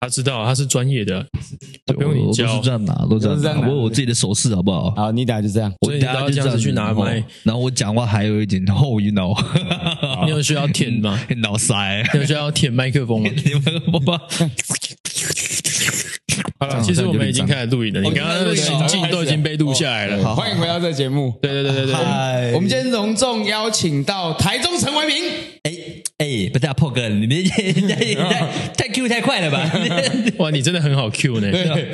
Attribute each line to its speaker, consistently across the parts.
Speaker 1: 他知道他是专业的，他不用
Speaker 2: 我
Speaker 1: 你
Speaker 2: 我都
Speaker 1: 教
Speaker 2: 是这。样拿，都这
Speaker 3: 都是这
Speaker 2: 样
Speaker 3: 样
Speaker 2: 拿，
Speaker 3: 拿
Speaker 2: 我有我自己的手势好不好？
Speaker 3: 好，你俩就这样。
Speaker 1: 啊
Speaker 2: 我
Speaker 1: 所以你
Speaker 2: 大
Speaker 1: 都要
Speaker 2: 家就
Speaker 1: 这样子去拿麦
Speaker 2: 哦然后我讲话还有一点后晕哦，
Speaker 1: 你有需要舔吗？
Speaker 2: 脑塞，
Speaker 1: 你有需要舔麦克风吗？
Speaker 2: 你们 我把
Speaker 1: 好了，其实我们已经开始录影了，你
Speaker 2: 哦
Speaker 1: 刚刚的行径都已经被录下来了。
Speaker 3: 欢迎回到这个节目。
Speaker 1: 对对对对对，
Speaker 2: 嗨，
Speaker 3: 我们今天隆重邀请到台中陈为民，
Speaker 2: 哎哎，
Speaker 1: 啊
Speaker 2: 不大破哥， 你别太 Q 太快了吧？
Speaker 1: 哇，你真的很好 Q 呢。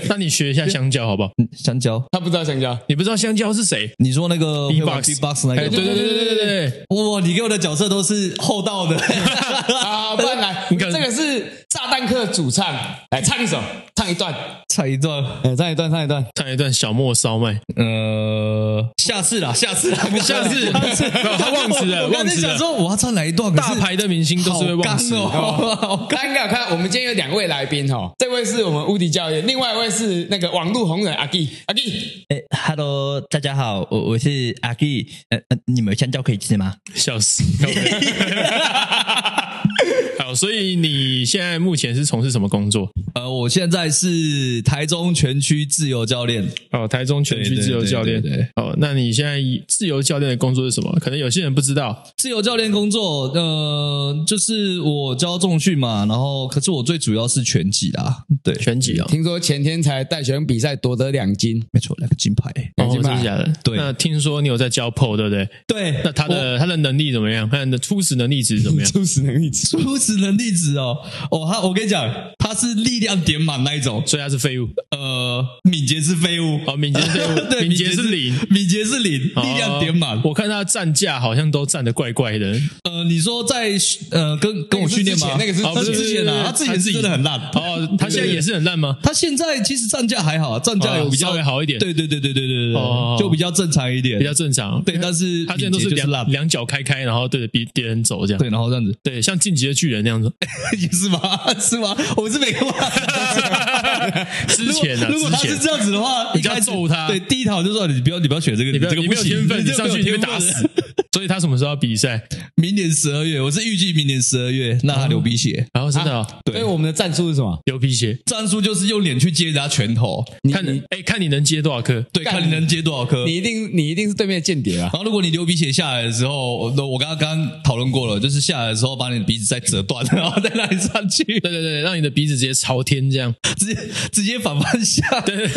Speaker 1: 那你学一下香蕉好不好？
Speaker 2: 香蕉，
Speaker 3: 他不知道香 蕉，
Speaker 1: 你不知道香蕉是谁？
Speaker 2: 你说那个
Speaker 1: B-box
Speaker 2: 会玩 B-box 那
Speaker 1: 哎，
Speaker 2: 个，
Speaker 1: 对对对对对对对，
Speaker 2: 哇，你给我的角色都是厚道 的，
Speaker 3: 啊，不然来，
Speaker 1: 你看
Speaker 3: 这个是炸弹客主唱，来唱一首，唱一段，
Speaker 2: 唱一段，
Speaker 3: 哎，唱一段，唱一段。
Speaker 1: 唱一段小莫烧麦。
Speaker 2: 呃，下次啦，下次啦，
Speaker 1: 下次没有他忘词了
Speaker 2: 我刚
Speaker 1: 忘
Speaker 2: 才
Speaker 1: 词了
Speaker 2: 想说我要唱哪一段，可
Speaker 1: 大
Speaker 2: 是
Speaker 1: 牌的明星都是会忘词。
Speaker 2: 好刚哦，好刚
Speaker 3: 大家应该有看，我们今天有两位来宾哦，这位是我们无敌教练，另外一位是那个网络红人阿基，阿基，
Speaker 2: 哎，Hello，大家好，我我是阿 K，呃，呃你们有香蕉可以吃吗？
Speaker 1: 笑死！ 好，所以你现在目前是从事什么工作？
Speaker 2: 呃，我现在是台中全区自由教练，
Speaker 1: 哦，台中全区自由教练。
Speaker 2: 对对对对
Speaker 1: 哦，那你现在以自由教练的工作是什么？可能有些人不知道。
Speaker 2: 自由教练工作，呃，就是我教重训嘛，然后可是我最主要是拳击啦，对，
Speaker 1: 全集啊？
Speaker 3: 听说前天才带学生比赛夺得两金，
Speaker 2: 没错，两个金牌，
Speaker 1: 哦，
Speaker 3: 拳击
Speaker 1: 真
Speaker 3: 吧
Speaker 1: 的假的？
Speaker 2: 对
Speaker 1: 那听说你有在教 PO，对不对？
Speaker 2: 对，
Speaker 1: 那他的他的能力怎么样？他的初始能力值怎么 样？
Speaker 3: 初始能力值。
Speaker 2: 初始能力值哦，哦，他我跟你讲，他是力量点满那一种，
Speaker 1: 所以他是废物。
Speaker 2: 呃，敏捷是废物，
Speaker 1: 哦，敏捷是废物，
Speaker 2: 对，
Speaker 1: 敏捷是零，，
Speaker 2: 敏捷是零，力量点满。
Speaker 1: 哦我看他的站架好像都站得怪怪的。
Speaker 2: 呃，你说在呃跟跟我训练吗？
Speaker 3: 那个是之前
Speaker 1: 哦，不
Speaker 2: 他
Speaker 1: 是
Speaker 2: 之前啊，他
Speaker 1: 不是
Speaker 2: 之前是真的很烂。
Speaker 1: 哦，他现在也是很烂吗？
Speaker 2: 他现在其实站架还好，站架有比较
Speaker 1: 哦稍微好一点
Speaker 2: 对对对对对对对
Speaker 1: 哦
Speaker 2: 对，就比较正常一点，
Speaker 1: 比较正常。
Speaker 2: 对，但是
Speaker 1: 他之前都
Speaker 2: 敏捷就是
Speaker 1: 两
Speaker 2: 烂，
Speaker 1: 两脚开开，然后对着别别人走这样。
Speaker 2: 对，然后这 样子
Speaker 1: 对，像进击的巨人那样子。
Speaker 2: 也是吗？ 是吗？我是没看过。
Speaker 1: 之前啊，
Speaker 2: 如果
Speaker 1: 之
Speaker 2: 他
Speaker 1: 前
Speaker 2: 是这样子 的话，
Speaker 1: 你
Speaker 2: 一
Speaker 1: 就要
Speaker 2: 开始
Speaker 1: 揍他
Speaker 2: 对，第一条就说你不要，你不要选这个，
Speaker 1: 你不要
Speaker 2: 这个
Speaker 1: 你
Speaker 2: 不
Speaker 1: 没有
Speaker 2: 行
Speaker 1: 天分，
Speaker 2: 这
Speaker 1: 你
Speaker 2: 个
Speaker 1: 上去
Speaker 2: 没有
Speaker 1: 你被
Speaker 2: 天
Speaker 1: 打
Speaker 2: 分
Speaker 1: 死。所以他什么时候要比赛？
Speaker 2: 明年十二月，我是预计明年十二月，那他流鼻血。
Speaker 1: 然后真的
Speaker 2: 啊
Speaker 1: 哦
Speaker 3: 啊所以我们的战术是什么？
Speaker 1: 流鼻血，
Speaker 2: 战术就是用脸去接人家拳头，
Speaker 1: 看你哎，看你能接多少颗。
Speaker 2: 对，
Speaker 3: 干
Speaker 2: 看你能接多少颗。
Speaker 3: 你一定你一定是对面的间谍啊！
Speaker 2: 然后如果你流鼻血下来的时候，我我刚刚刚刚讨论过了，就是下来的时候把你的鼻子再折断， 然后再让你上去，
Speaker 1: 对对对，让你的鼻子直接朝天这样，
Speaker 2: 直接直接反方向，对，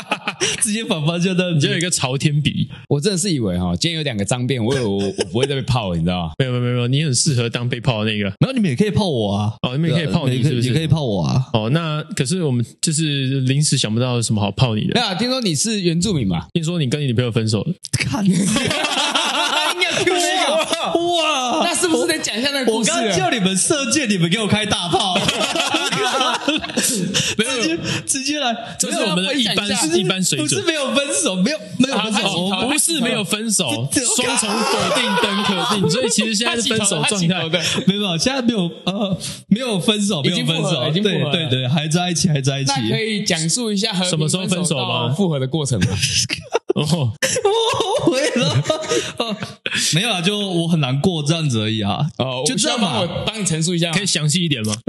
Speaker 2: 直接反方向的，
Speaker 1: 你就有一个朝天鼻。
Speaker 3: 我真的是以为哈，今天有两个脏辫，我以为我我不会再被泡了，你知道吗？
Speaker 1: 没有没有没有没有，你很适合当被泡的那个。
Speaker 2: 然后你们也可以泡我啊，
Speaker 1: 哦，你们也可以泡你，是不
Speaker 2: 也可
Speaker 1: 是？
Speaker 2: 以泡我啊。
Speaker 1: 哦，那可是我们就是临时想不到有什么好泡你的。
Speaker 3: 那啊听说你是原住民嘛？
Speaker 1: 听说你跟你女朋友分手了，
Speaker 2: 看，
Speaker 3: 应该 Q 那个，
Speaker 2: 哇！
Speaker 3: 那是不是得讲一下那个
Speaker 2: 我
Speaker 3: 故事
Speaker 2: 刚
Speaker 3: 啊？
Speaker 2: 叫你们射箭，你们给我开 大炮，没有直接直接来，
Speaker 1: 这是啊我们的一般
Speaker 3: 没有
Speaker 2: 不是
Speaker 1: 一般水
Speaker 2: 不是
Speaker 1: 准。
Speaker 2: 没有分手，没有没有分手，
Speaker 1: 哦，不是没有分手，
Speaker 2: 这这
Speaker 1: 双重否定跟肯定，所以其实现在是分手状态。
Speaker 3: 对，
Speaker 2: 没有，现在没有呃，没有分手，没
Speaker 3: 已
Speaker 2: 有
Speaker 3: 经
Speaker 2: 分
Speaker 3: 复合
Speaker 2: 手，
Speaker 3: 了已经复合
Speaker 2: 对
Speaker 3: 了
Speaker 2: 对对，还在一起，还在一起
Speaker 3: 那。可以讲述一下和平
Speaker 1: 什么时候分手吗
Speaker 3: 到复合的过程吗？
Speaker 1: 哦，
Speaker 2: 我后悔了，哦没有啊，就我很难过这样子而已啊。
Speaker 3: 哦，
Speaker 2: 就
Speaker 3: 我需
Speaker 2: 这
Speaker 3: 要
Speaker 2: 样
Speaker 3: 帮
Speaker 2: 嘛。
Speaker 3: 我帮你陈述一下吗
Speaker 1: 可以详细一点吗？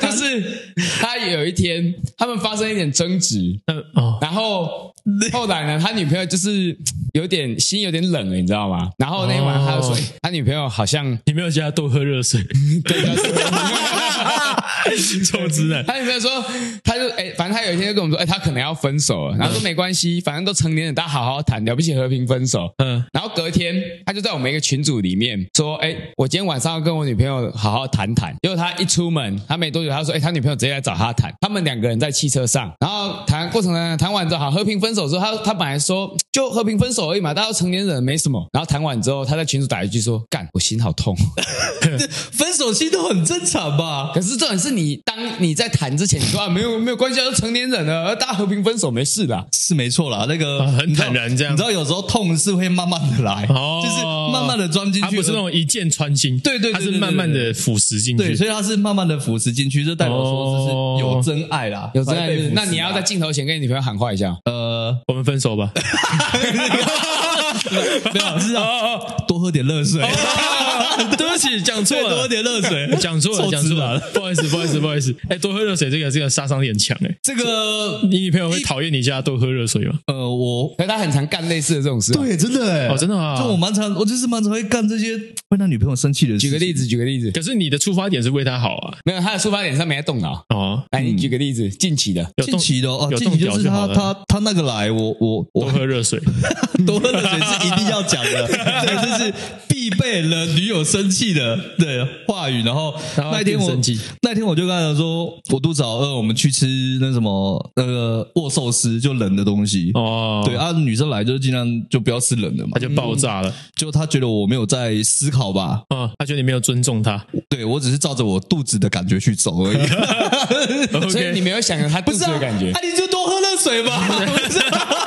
Speaker 3: 就是他有一天他们发生一点争执，
Speaker 1: 嗯，哦，
Speaker 3: 然后后来呢，他女朋友就是有点心有点冷了，你知道吗？然后那一晚他就说，
Speaker 1: 哦
Speaker 3: 哎他女朋友好像
Speaker 1: 你没有叫他多喝热 水， 臭直男。
Speaker 3: 他女朋友说，他就哎、反正他有一天就跟我们说，哎、他可能要分手了，然后说没关系，反正都成年人，大家好好谈，了不起和平分手。
Speaker 1: 嗯，
Speaker 3: 然后隔天，他就在我们一个群组里面说：“哎、我今天晚上要跟我女朋友好好谈谈。”结果他一出门，他没多久，他说：“哎、他女朋友直接来找他谈。”他们两个人在汽车上，然后谈过程呢，谈完之后，好和平分手之后，他他本来说就和平分手而已嘛，大家都成年人没什么。然后谈完之后，他在群组打一句说：“干，我心好痛。”
Speaker 2: 分手期都很正常吧？
Speaker 3: 可是重点是你当你在谈之前，你说啊没有没有关系啊，都成年人了，大家和平分手没事的。
Speaker 2: 是没错啦，那个
Speaker 1: 啊很
Speaker 2: 你知道
Speaker 1: 坦然这样
Speaker 2: 你知道有时候痛是会慢慢的来，
Speaker 1: 哦
Speaker 2: 就是慢慢的钻进
Speaker 1: 他
Speaker 2: 去，
Speaker 1: 不是那种一箭穿心，
Speaker 2: 对对对对
Speaker 1: 他是慢慢的腐蚀进去。
Speaker 2: 对，所以它是慢慢的腐蚀进去，就代表说这是有真爱啦，
Speaker 3: 有真爱
Speaker 2: 才被啊腐
Speaker 3: 是
Speaker 2: 蚀
Speaker 3: 那你 要在镜头前跟你女朋友喊话一下，
Speaker 2: 呃
Speaker 1: 我们分手吧。
Speaker 2: 没有是啊，多喝点热水，
Speaker 1: 哦 对 不起，讲错
Speaker 2: 再多喝
Speaker 1: 了。
Speaker 2: 点热水。
Speaker 1: 讲错了，
Speaker 2: 臭
Speaker 1: 讲
Speaker 2: 直
Speaker 1: 错
Speaker 2: 男
Speaker 1: 了，不好意思，不好意思，不好意思。哎，多喝热水，这个这个杀伤力很强哎。
Speaker 2: 这个
Speaker 1: 你女朋友会讨厌你家多喝热水吗？
Speaker 2: 呃，我
Speaker 3: 可是他很常干类似的这种事。，啊
Speaker 4: 对，真的哎、
Speaker 1: 哦，真的啊
Speaker 2: 就。我蛮常，我就是蛮常会干这些会让女朋友生气的事。
Speaker 3: 举个例子，举个例子，
Speaker 1: 可是你的出发点是为她好啊。
Speaker 3: 没有他的出发点上面在动脑。
Speaker 1: 哦，
Speaker 3: 来，
Speaker 2: 嗯
Speaker 3: 你举个例子，近期的，
Speaker 1: 有
Speaker 2: 近
Speaker 1: 动
Speaker 2: 期的哦，
Speaker 1: 有
Speaker 2: 近
Speaker 1: 动
Speaker 2: 期就
Speaker 1: 脚
Speaker 2: 是他
Speaker 1: 好了。
Speaker 2: 他他那个来，我我
Speaker 1: 多
Speaker 2: 我
Speaker 1: 喝热水，
Speaker 2: 多喝热水是一定要讲 的，对，这是必备了女友生气的对话语。然后
Speaker 1: 然后
Speaker 2: 那一天
Speaker 1: 更
Speaker 2: 我
Speaker 1: 生气
Speaker 2: 那天我就跟他讲说，我肚子好饿，我们去吃那什么那个握寿司，就冷的东西。
Speaker 1: 哦，
Speaker 2: 对，啊，女生来就是尽量就不要吃冷的嘛
Speaker 1: 他。就爆炸了。
Speaker 2: 就她觉得我没有在思考吧，
Speaker 1: 啊，他觉得你没有尊重他。
Speaker 2: 对我只是照着我肚子的感觉去走而已。
Speaker 3: 所以
Speaker 1: OK，
Speaker 3: 你没有想到他肚
Speaker 2: 不
Speaker 3: 子
Speaker 2: 是啊
Speaker 3: 的感觉
Speaker 2: 啊，。你就多喝热水吧，不是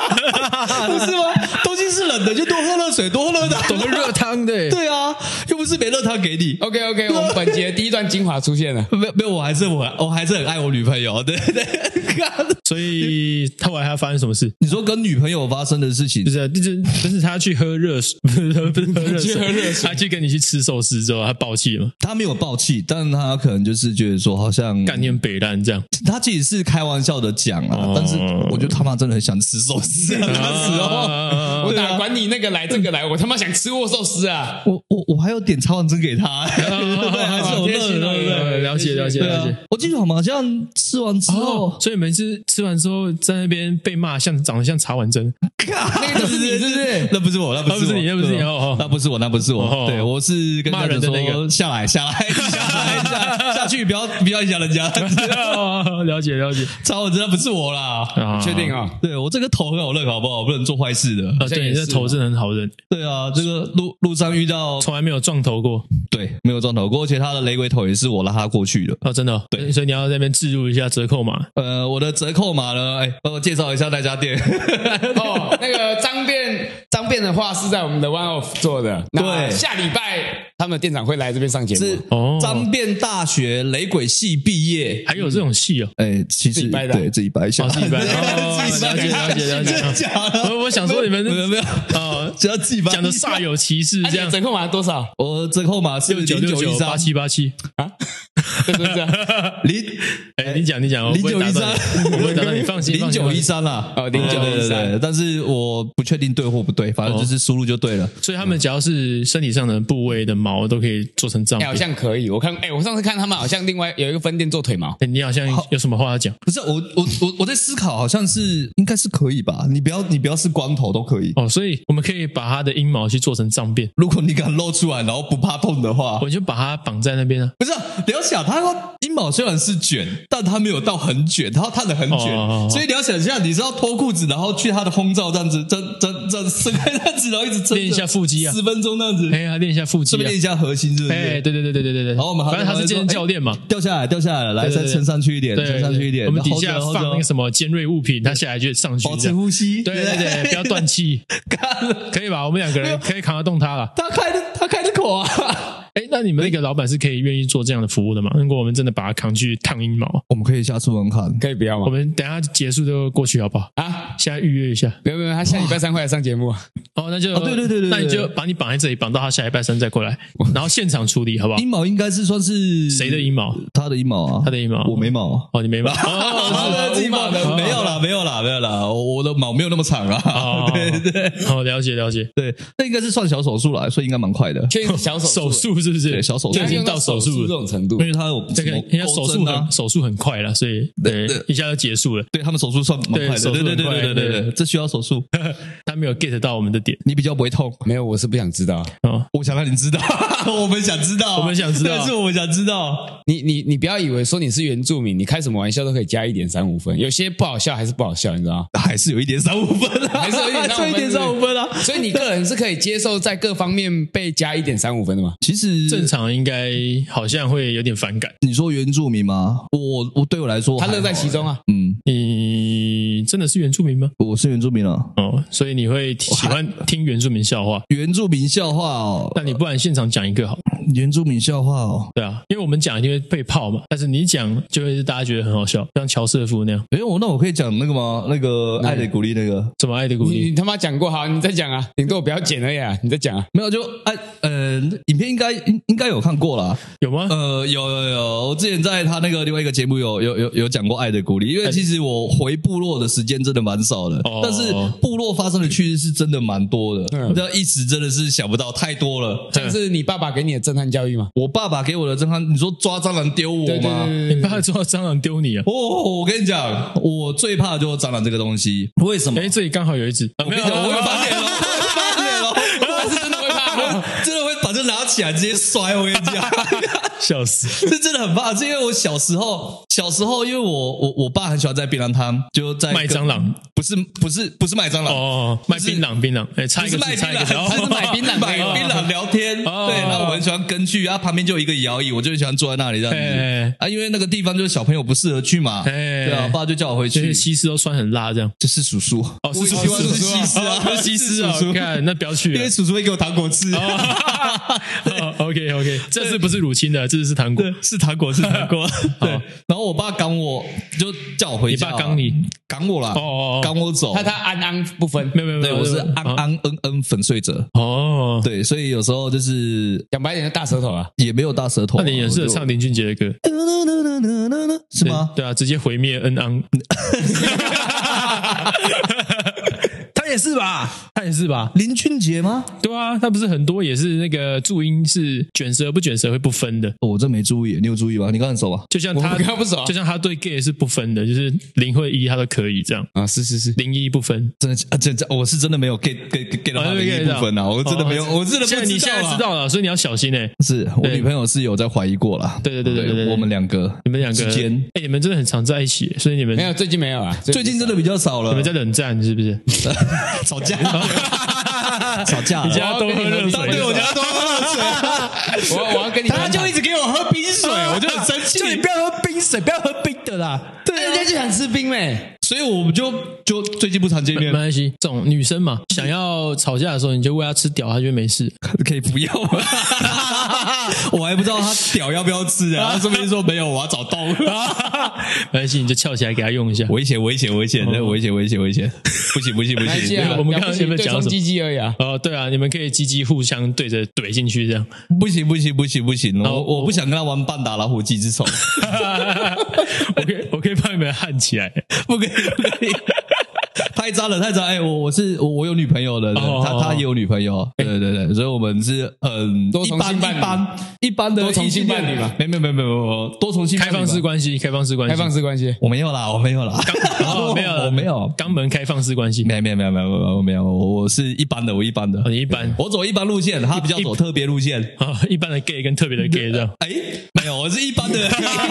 Speaker 2: 啊不是吗？东西是冷的，就多喝热水，多喝热汤。
Speaker 1: 多喝热汤的，
Speaker 2: 对啊，又不是没热汤给你。哦
Speaker 3: OK OK，我们本节第一段精华出现了。
Speaker 2: 没有没有，我还是我我还是很爱我女朋友。 对对，
Speaker 1: 所以他后来他发生什么事？
Speaker 2: 你说跟女朋友发生的事情
Speaker 1: 就，是啊就是就是他去喝热水，不是不是喝热水，
Speaker 3: 去喝热水
Speaker 1: 他去跟你去吃寿司之后，他爆气了嘛，
Speaker 2: 她没有暴气，但她可能就是觉得说，好像
Speaker 1: 干念北烂这样。
Speaker 2: 她其实是开玩笑的讲啊
Speaker 1: 哦，
Speaker 2: 但是我觉得他妈真的很想吃寿司啊，那时候。
Speaker 1: 候
Speaker 3: 我
Speaker 2: 啊
Speaker 3: 哪管你那个来这个来，我他妈想吃握寿司啊！
Speaker 2: 我我我还有点茶碗蒸 给他，对不对？还是有
Speaker 1: 贴心
Speaker 2: 热的，
Speaker 1: 哦
Speaker 2: 对不对？
Speaker 1: 了解了解
Speaker 2: 对
Speaker 1: 了
Speaker 2: 啊
Speaker 1: 解。，
Speaker 2: 我记得好像吃完之
Speaker 1: 哦
Speaker 2: 后，，
Speaker 1: 所以每次吃完之后，在那边被骂，像长得像茶碗蒸，
Speaker 3: 那个就是你，是不是？
Speaker 2: 那不是我，那不
Speaker 1: 啊不是
Speaker 2: 我
Speaker 1: 你那不是你
Speaker 2: 对
Speaker 1: 哦哦
Speaker 2: 那不是我，那不是
Speaker 1: 哦
Speaker 2: 我，
Speaker 1: 哦
Speaker 2: 对我是跟
Speaker 1: 骂人的
Speaker 2: 家长说
Speaker 1: 那个
Speaker 2: 下来，下来， 下来，下来下去，不要不要影响人家，
Speaker 1: 哦了解了解
Speaker 2: 操，我真的不是我啦。
Speaker 1: 啊
Speaker 3: 确定啊？
Speaker 2: 对我这个头很好认，好不好？不能做坏事的。
Speaker 1: 啊，对，你这头真的很好认，
Speaker 2: 对啊，这个路路上遇到，
Speaker 1: 从来没有撞头过
Speaker 2: 对，没有撞头过，而且他的雷鬼头也是我拉他过去的。
Speaker 1: 哦，真的哦。
Speaker 2: 对
Speaker 1: 所以你要在那边置入一下折扣码，
Speaker 2: 呃，我的折扣码呢？哎，帮我介绍一下那家店。
Speaker 3: 哦，那个张变张变的话是在我们的 One Off 做的，那
Speaker 2: 对
Speaker 3: 下礼拜他们的店长会来这边上节
Speaker 2: 是
Speaker 3: 目。
Speaker 1: 哦
Speaker 2: 张变大学雷鬼系毕业。
Speaker 1: 还有这种戏哦。
Speaker 2: 哎，其
Speaker 3: 自
Speaker 2: 实
Speaker 3: 己掰的啊
Speaker 2: 对自己掰一下，
Speaker 1: 哦自己 掰哦
Speaker 2: 自己掰
Speaker 1: 了解了解了解
Speaker 2: 真的假的？
Speaker 1: 我我想说你们
Speaker 2: 没有没有，
Speaker 1: 啊，
Speaker 2: 只要自己掰
Speaker 1: 讲的煞。有其事这
Speaker 3: 那啊你
Speaker 1: 样
Speaker 3: 的。折扣码多少？
Speaker 2: 我折扣码是
Speaker 1: 六九
Speaker 2: 零
Speaker 1: 六
Speaker 2: 九
Speaker 1: 九
Speaker 2: 一
Speaker 1: 八
Speaker 2: 三
Speaker 1: 七八 七，
Speaker 3: 就是这 样。
Speaker 2: 零
Speaker 1: 哎，你讲你讲，我不会打断
Speaker 2: 0913
Speaker 1: 你我不会打断你，放心。
Speaker 2: 零
Speaker 1: 放心
Speaker 2: 九一，三啦，
Speaker 3: 哦0913
Speaker 2: 对对对对但是我不确定对或不对，
Speaker 1: 哦
Speaker 2: 反正就是输入就对了。
Speaker 1: 放心所以他们只要是身体上的部位的毛都可以做成这
Speaker 3: 哎、
Speaker 1: 样。
Speaker 3: 好像可以。我看，哎、我上次看他们好像另外有一个分店做腿毛，
Speaker 1: 哎你好像有什么话要讲？
Speaker 2: 不是我我我我在思考，好像是应该是可以吧？你不要你不要是光头都可以，
Speaker 1: 哦，所以我们可以把他的阴毛去做成脏辫，
Speaker 2: 如果你敢露出来，然后不怕痛的话。
Speaker 1: 我就把它绑在那边啊。
Speaker 2: 不是啊、你要想，它阴毛虽然是卷，但它没有到很卷，它烫的很卷，
Speaker 1: 哦哦哦
Speaker 2: 所以你要想象，你是要脱裤子，然后去它的烘罩这样子，蒸蒸蒸伸开这样子，然后一直蒸着
Speaker 1: 练一下腹肌啊
Speaker 2: 十分钟这样子，
Speaker 1: 哎呀，练一下腹肌
Speaker 2: 顺便
Speaker 1: 啊
Speaker 2: 练。一下核心，是不是？
Speaker 1: 哎，对对对对对对对。
Speaker 2: 然后我们还
Speaker 1: 反正他是健身教练嘛。，
Speaker 2: 哎掉下来，掉下来，来
Speaker 1: 对对
Speaker 2: 再
Speaker 1: 对
Speaker 2: 撑上去一点，
Speaker 1: 对，
Speaker 2: 撑上去一点。
Speaker 1: 我们底下
Speaker 2: 然后
Speaker 1: 放那个什么尖锐物品，他下来就上去
Speaker 2: 保
Speaker 1: 这
Speaker 2: 持
Speaker 1: 样。
Speaker 2: 呼吸，
Speaker 1: 对对对，不要 断气，
Speaker 2: 干了。
Speaker 1: 可以吧？我们两个人可以扛得动他了。
Speaker 2: 他开的，他开的口啊！
Speaker 1: 哎，那你们那个老板是可以愿意做这样的服务的吗？如果我们真的把它扛去烫阴毛，
Speaker 2: 我们可以下次玩看。
Speaker 3: 可以不要
Speaker 1: 我
Speaker 3: 吗？
Speaker 1: 们等一下结束就过去好不好？
Speaker 3: 啊，
Speaker 1: 现在预约一下。
Speaker 3: 没有没有，他下礼拜三会来上节目。
Speaker 1: 哦，那就、
Speaker 2: 哦对对对对对
Speaker 1: 那你就把你绑在这里，绑到他下礼拜三再过来，然后现场处理好不好？
Speaker 2: 阴毛应该是算是
Speaker 1: 谁的阴毛？
Speaker 2: 他的阴毛啊，
Speaker 1: 他的阴毛
Speaker 2: 我没毛。
Speaker 1: 哦，你 没绑。
Speaker 2: 他
Speaker 1: 哦，
Speaker 2: 的自己毛的没有啦，没有啦，没有啦，我的毛没有那么长啊
Speaker 1: 哦。
Speaker 2: 对对
Speaker 1: 哦，了解了解。
Speaker 2: 对，那应该是算小手术啦，所以应该蛮快的。
Speaker 3: 确定小手
Speaker 1: 手
Speaker 3: 术，
Speaker 1: 术是不
Speaker 2: 对，
Speaker 1: 是？
Speaker 2: 小手术
Speaker 1: 就已，经到手术
Speaker 3: 这
Speaker 1: 了。
Speaker 3: 种程度
Speaker 2: 因。为他有
Speaker 1: 这
Speaker 2: 什
Speaker 1: 个
Speaker 2: 么
Speaker 1: 人家手术
Speaker 2: 钩针啊
Speaker 1: 很手术很快了，所以对一下就结束了。
Speaker 2: 对他们手术算蛮快的，
Speaker 1: 对手术
Speaker 2: 对对对
Speaker 1: 很快
Speaker 2: 对对
Speaker 1: 对
Speaker 2: 对，这需要手术，
Speaker 1: 他没有 get 到我们的点
Speaker 2: 你比较不会痛。
Speaker 3: 没有，我是不想知道。
Speaker 1: 哦。
Speaker 2: 我想让你知道，我们想知道，
Speaker 1: 我们想知道
Speaker 2: 但是我们想知道，
Speaker 3: 你你你不要以为说你是原住民，你开什么玩笑都可以加一点三五分，有些不好笑还是不好笑，你知道 吗？
Speaker 2: 还是有一点三五分啦，
Speaker 3: 还是有一点
Speaker 2: 还是有一点三
Speaker 3: 三五啊
Speaker 2: 五分啦。
Speaker 3: 所以你个人是可以接受在各方面被加一点三五分的吗？
Speaker 2: 其实
Speaker 1: 正常应该好像会有点反感，
Speaker 2: 你说原住民吗？我我对我来说，
Speaker 3: 他乐在其中
Speaker 2: 啊。
Speaker 3: 啊。
Speaker 2: 嗯，
Speaker 1: 你真的是原住民吗？
Speaker 2: 我是原住民啊。
Speaker 1: 哦，所以你会喜欢听原住民笑话。
Speaker 2: 原住民笑话哦，
Speaker 1: 那你不然现场讲一个好了？
Speaker 2: 原住民笑话哦。
Speaker 1: 对啊，因为我们讲一定会被泡嘛，但是你讲就会是大家觉得很好笑，像乔瑟夫那样，
Speaker 2: 哎，我那我可以讲那个吗？那个爱的鼓励那个
Speaker 1: 怎么爱的鼓
Speaker 3: 你
Speaker 1: 励
Speaker 3: 你他妈讲过好，你再讲啊，顶多我不要剪而已啊，你再讲啊。
Speaker 2: 没有就爱呃，影片应该应应该有看过
Speaker 3: 啊
Speaker 2: 啦。
Speaker 1: 有吗？
Speaker 2: 呃，有有有，我之前在他那个另外一个节目有有有有讲过爱的鼓励，
Speaker 3: 哎
Speaker 2: 因为其实我回部落的时间真的蛮少的，
Speaker 1: 哦
Speaker 2: 但是部落发生的趣事是真的蛮多的，
Speaker 3: 嗯
Speaker 2: 那、一时真的是想不到太多了。
Speaker 3: 这是你爸爸给你的震撼 教育吗？
Speaker 2: 我爸爸给我的震撼，你说抓蟑螂丢我
Speaker 3: 对对
Speaker 2: 吗？
Speaker 3: 对
Speaker 1: 你
Speaker 3: 对对，
Speaker 1: 爸知道蟑螂丢你啊？
Speaker 2: 哦，我跟你讲，我最怕的就是蟑螂这个东西，为什么？
Speaker 1: 哎，这里刚好有一只，啊
Speaker 2: 我
Speaker 1: 没
Speaker 2: 跟
Speaker 1: 有
Speaker 2: 你讲，呃我会
Speaker 1: 啊，
Speaker 2: 翻 脸哦，我会翻脸哦，
Speaker 3: 我是真的会怕。
Speaker 2: 我真的会把这拿起来直接摔，我跟你讲。
Speaker 1: 笑死！
Speaker 2: 这真的很怕，是因为我小时候，小时候因为我我我爸很喜欢在槟榔摊，就在
Speaker 1: 卖蟑螂，
Speaker 2: 不是不是不是卖蟑螂，
Speaker 1: 哦，卖
Speaker 2: 就是
Speaker 1: 槟榔，槟榔，哎，差
Speaker 2: 不
Speaker 1: 一
Speaker 2: 是
Speaker 1: 个
Speaker 2: 卖
Speaker 1: 字，
Speaker 2: 槟
Speaker 1: 差一个
Speaker 2: 榔，
Speaker 1: 字，
Speaker 2: 他是买槟榔，买
Speaker 1: 哦
Speaker 2: 槟榔聊天。
Speaker 1: 哦
Speaker 2: 对，那我很喜欢跟去，啊，旁边就有一个摇椅，我就很喜欢坐在那里这样子
Speaker 1: 哎。
Speaker 2: 啊，因为那个地方就是小朋友不适合去嘛，
Speaker 1: 哎
Speaker 2: 对啊，我爸就叫我回
Speaker 1: 这
Speaker 2: 去
Speaker 1: 些。西施都穿很辣，这样
Speaker 2: 这是叔叔，哦
Speaker 1: 是叔叔
Speaker 2: 是
Speaker 1: 是
Speaker 2: 西施啊，
Speaker 1: 不是西施啊，看那不要去
Speaker 2: 因为
Speaker 1: 了。
Speaker 2: 叔叔会给我糖果吃。
Speaker 1: OK OK，这次不是乳清的，这次是糖果。哦
Speaker 2: 是糖果，是糖果。对
Speaker 1: 好，
Speaker 2: 然后我爸赶我，就叫我回
Speaker 1: 你
Speaker 2: 家啊。
Speaker 1: 爸刚你，
Speaker 2: 赶我啦，
Speaker 1: 哦哦哦
Speaker 2: 赶我走
Speaker 3: 他。他安安不分，
Speaker 1: 没有没有没
Speaker 2: 对，
Speaker 1: 有，
Speaker 2: 我是安
Speaker 1: 啊
Speaker 2: 安恩恩粉碎者。
Speaker 1: 哦。
Speaker 2: 对，所以有时候就是
Speaker 3: 讲白点就大舌头啊。
Speaker 2: 也没有大舌头啊。
Speaker 1: 那你也适合
Speaker 2: 我就
Speaker 1: 唱林俊杰的歌，
Speaker 2: 是吗？
Speaker 1: 对对啊，直接毁灭恩 昂。他也是吧？他也是吧？
Speaker 2: 林俊杰吗？
Speaker 1: 对啊，他不是很多也是那个注音是卷舌不卷舌会不分的，
Speaker 2: 哦我真没注意，你有注意吗？你刚很熟吧？
Speaker 1: 就像
Speaker 3: 我
Speaker 1: 他
Speaker 3: 跟他不熟啊
Speaker 1: 就像他对 gay 是不分的，就是零或一他都可以这样，
Speaker 3: 啊，是是是，
Speaker 1: 零一不分。
Speaker 2: 真的啊，这这我是真的没有 get get get 到
Speaker 1: 哦
Speaker 2: 他的一部分啊，我真的没有，我真的不
Speaker 1: 现在你现在
Speaker 2: 啊
Speaker 1: 知。道了，所以你要小心哎、
Speaker 2: 是我
Speaker 1: 对
Speaker 2: 女朋友是有在怀疑过啦。
Speaker 1: 对对对对对对对
Speaker 2: 我们两个
Speaker 1: 你们两个
Speaker 2: 之间
Speaker 1: 哎、你们真的很常在一起、所以你们
Speaker 3: 没有最近没有啊，
Speaker 2: 最近真的比较少了，
Speaker 1: 你们在冷战是不是？
Speaker 2: 哦 吵架，吵架了，
Speaker 1: 你家多喝热水，
Speaker 2: 对我家都喝水。
Speaker 3: 我我要跟 你
Speaker 2: 他
Speaker 3: 谈
Speaker 2: 就
Speaker 3: 谈
Speaker 2: 一直给我喝冰水，我就很生气。啊
Speaker 1: 就你不要喝冰水，不要喝冰的啦。
Speaker 3: 对，人家就想吃冰嘞。
Speaker 2: 所以我们就就最近不常见
Speaker 1: 没
Speaker 2: 面，
Speaker 1: 关系，这种女生嘛，想要吵架的时候，你就喂她吃屌，她就会没 事。
Speaker 2: 可以不要吗？我还不知道他屌要不要吃啊，他说不定说没有，我要找动物。
Speaker 1: 没关系，你就翘起来给她用一下。
Speaker 2: 危险，危险，危险，那危险，危险，危险！不行，不行，不
Speaker 3: 没关系
Speaker 2: 行！
Speaker 1: 没
Speaker 3: 啊，
Speaker 1: 有我们刚刚
Speaker 3: 了不起
Speaker 1: 前面
Speaker 3: 对
Speaker 1: 讲
Speaker 3: 冲
Speaker 1: 什么
Speaker 3: 鸡鸡而已啊。
Speaker 1: 哦，对啊，你们可以鸡鸡互相对着怼进去这样。
Speaker 2: 不行，不行，不行，不行！
Speaker 1: 好
Speaker 2: 我我不想跟他玩半打老虎机之手，
Speaker 1: 我可以，我可以帮你们焊起 来。
Speaker 2: 不可以，不可以！太渣了，太渣！哎，我我是我我有女朋友的，
Speaker 1: 哦
Speaker 2: 他他也有女朋友，对对对，所以我们是很
Speaker 3: 多重性
Speaker 2: 一般
Speaker 3: 伴
Speaker 2: 一
Speaker 3: 侣
Speaker 2: 般一般的
Speaker 3: 多重性伴侣嘛
Speaker 2: 没没没没没没多重性伴
Speaker 1: 开
Speaker 2: 侣吧
Speaker 1: 放式关系，开放式关系，
Speaker 3: 开放式关系，
Speaker 2: 我没有啦，我没有啦，
Speaker 1: 哦，没有了，
Speaker 2: 我没有，
Speaker 1: 肛门开放式关系。
Speaker 2: 没有没有没有没有没有没有，我我是一般的，我一般的
Speaker 1: 哦，，你一般
Speaker 2: 我走一般路线，他比较走特别路线。
Speaker 1: 啊， 一般的 gay 跟特别的 gay 这样。
Speaker 2: 哎，没有，我是一般的，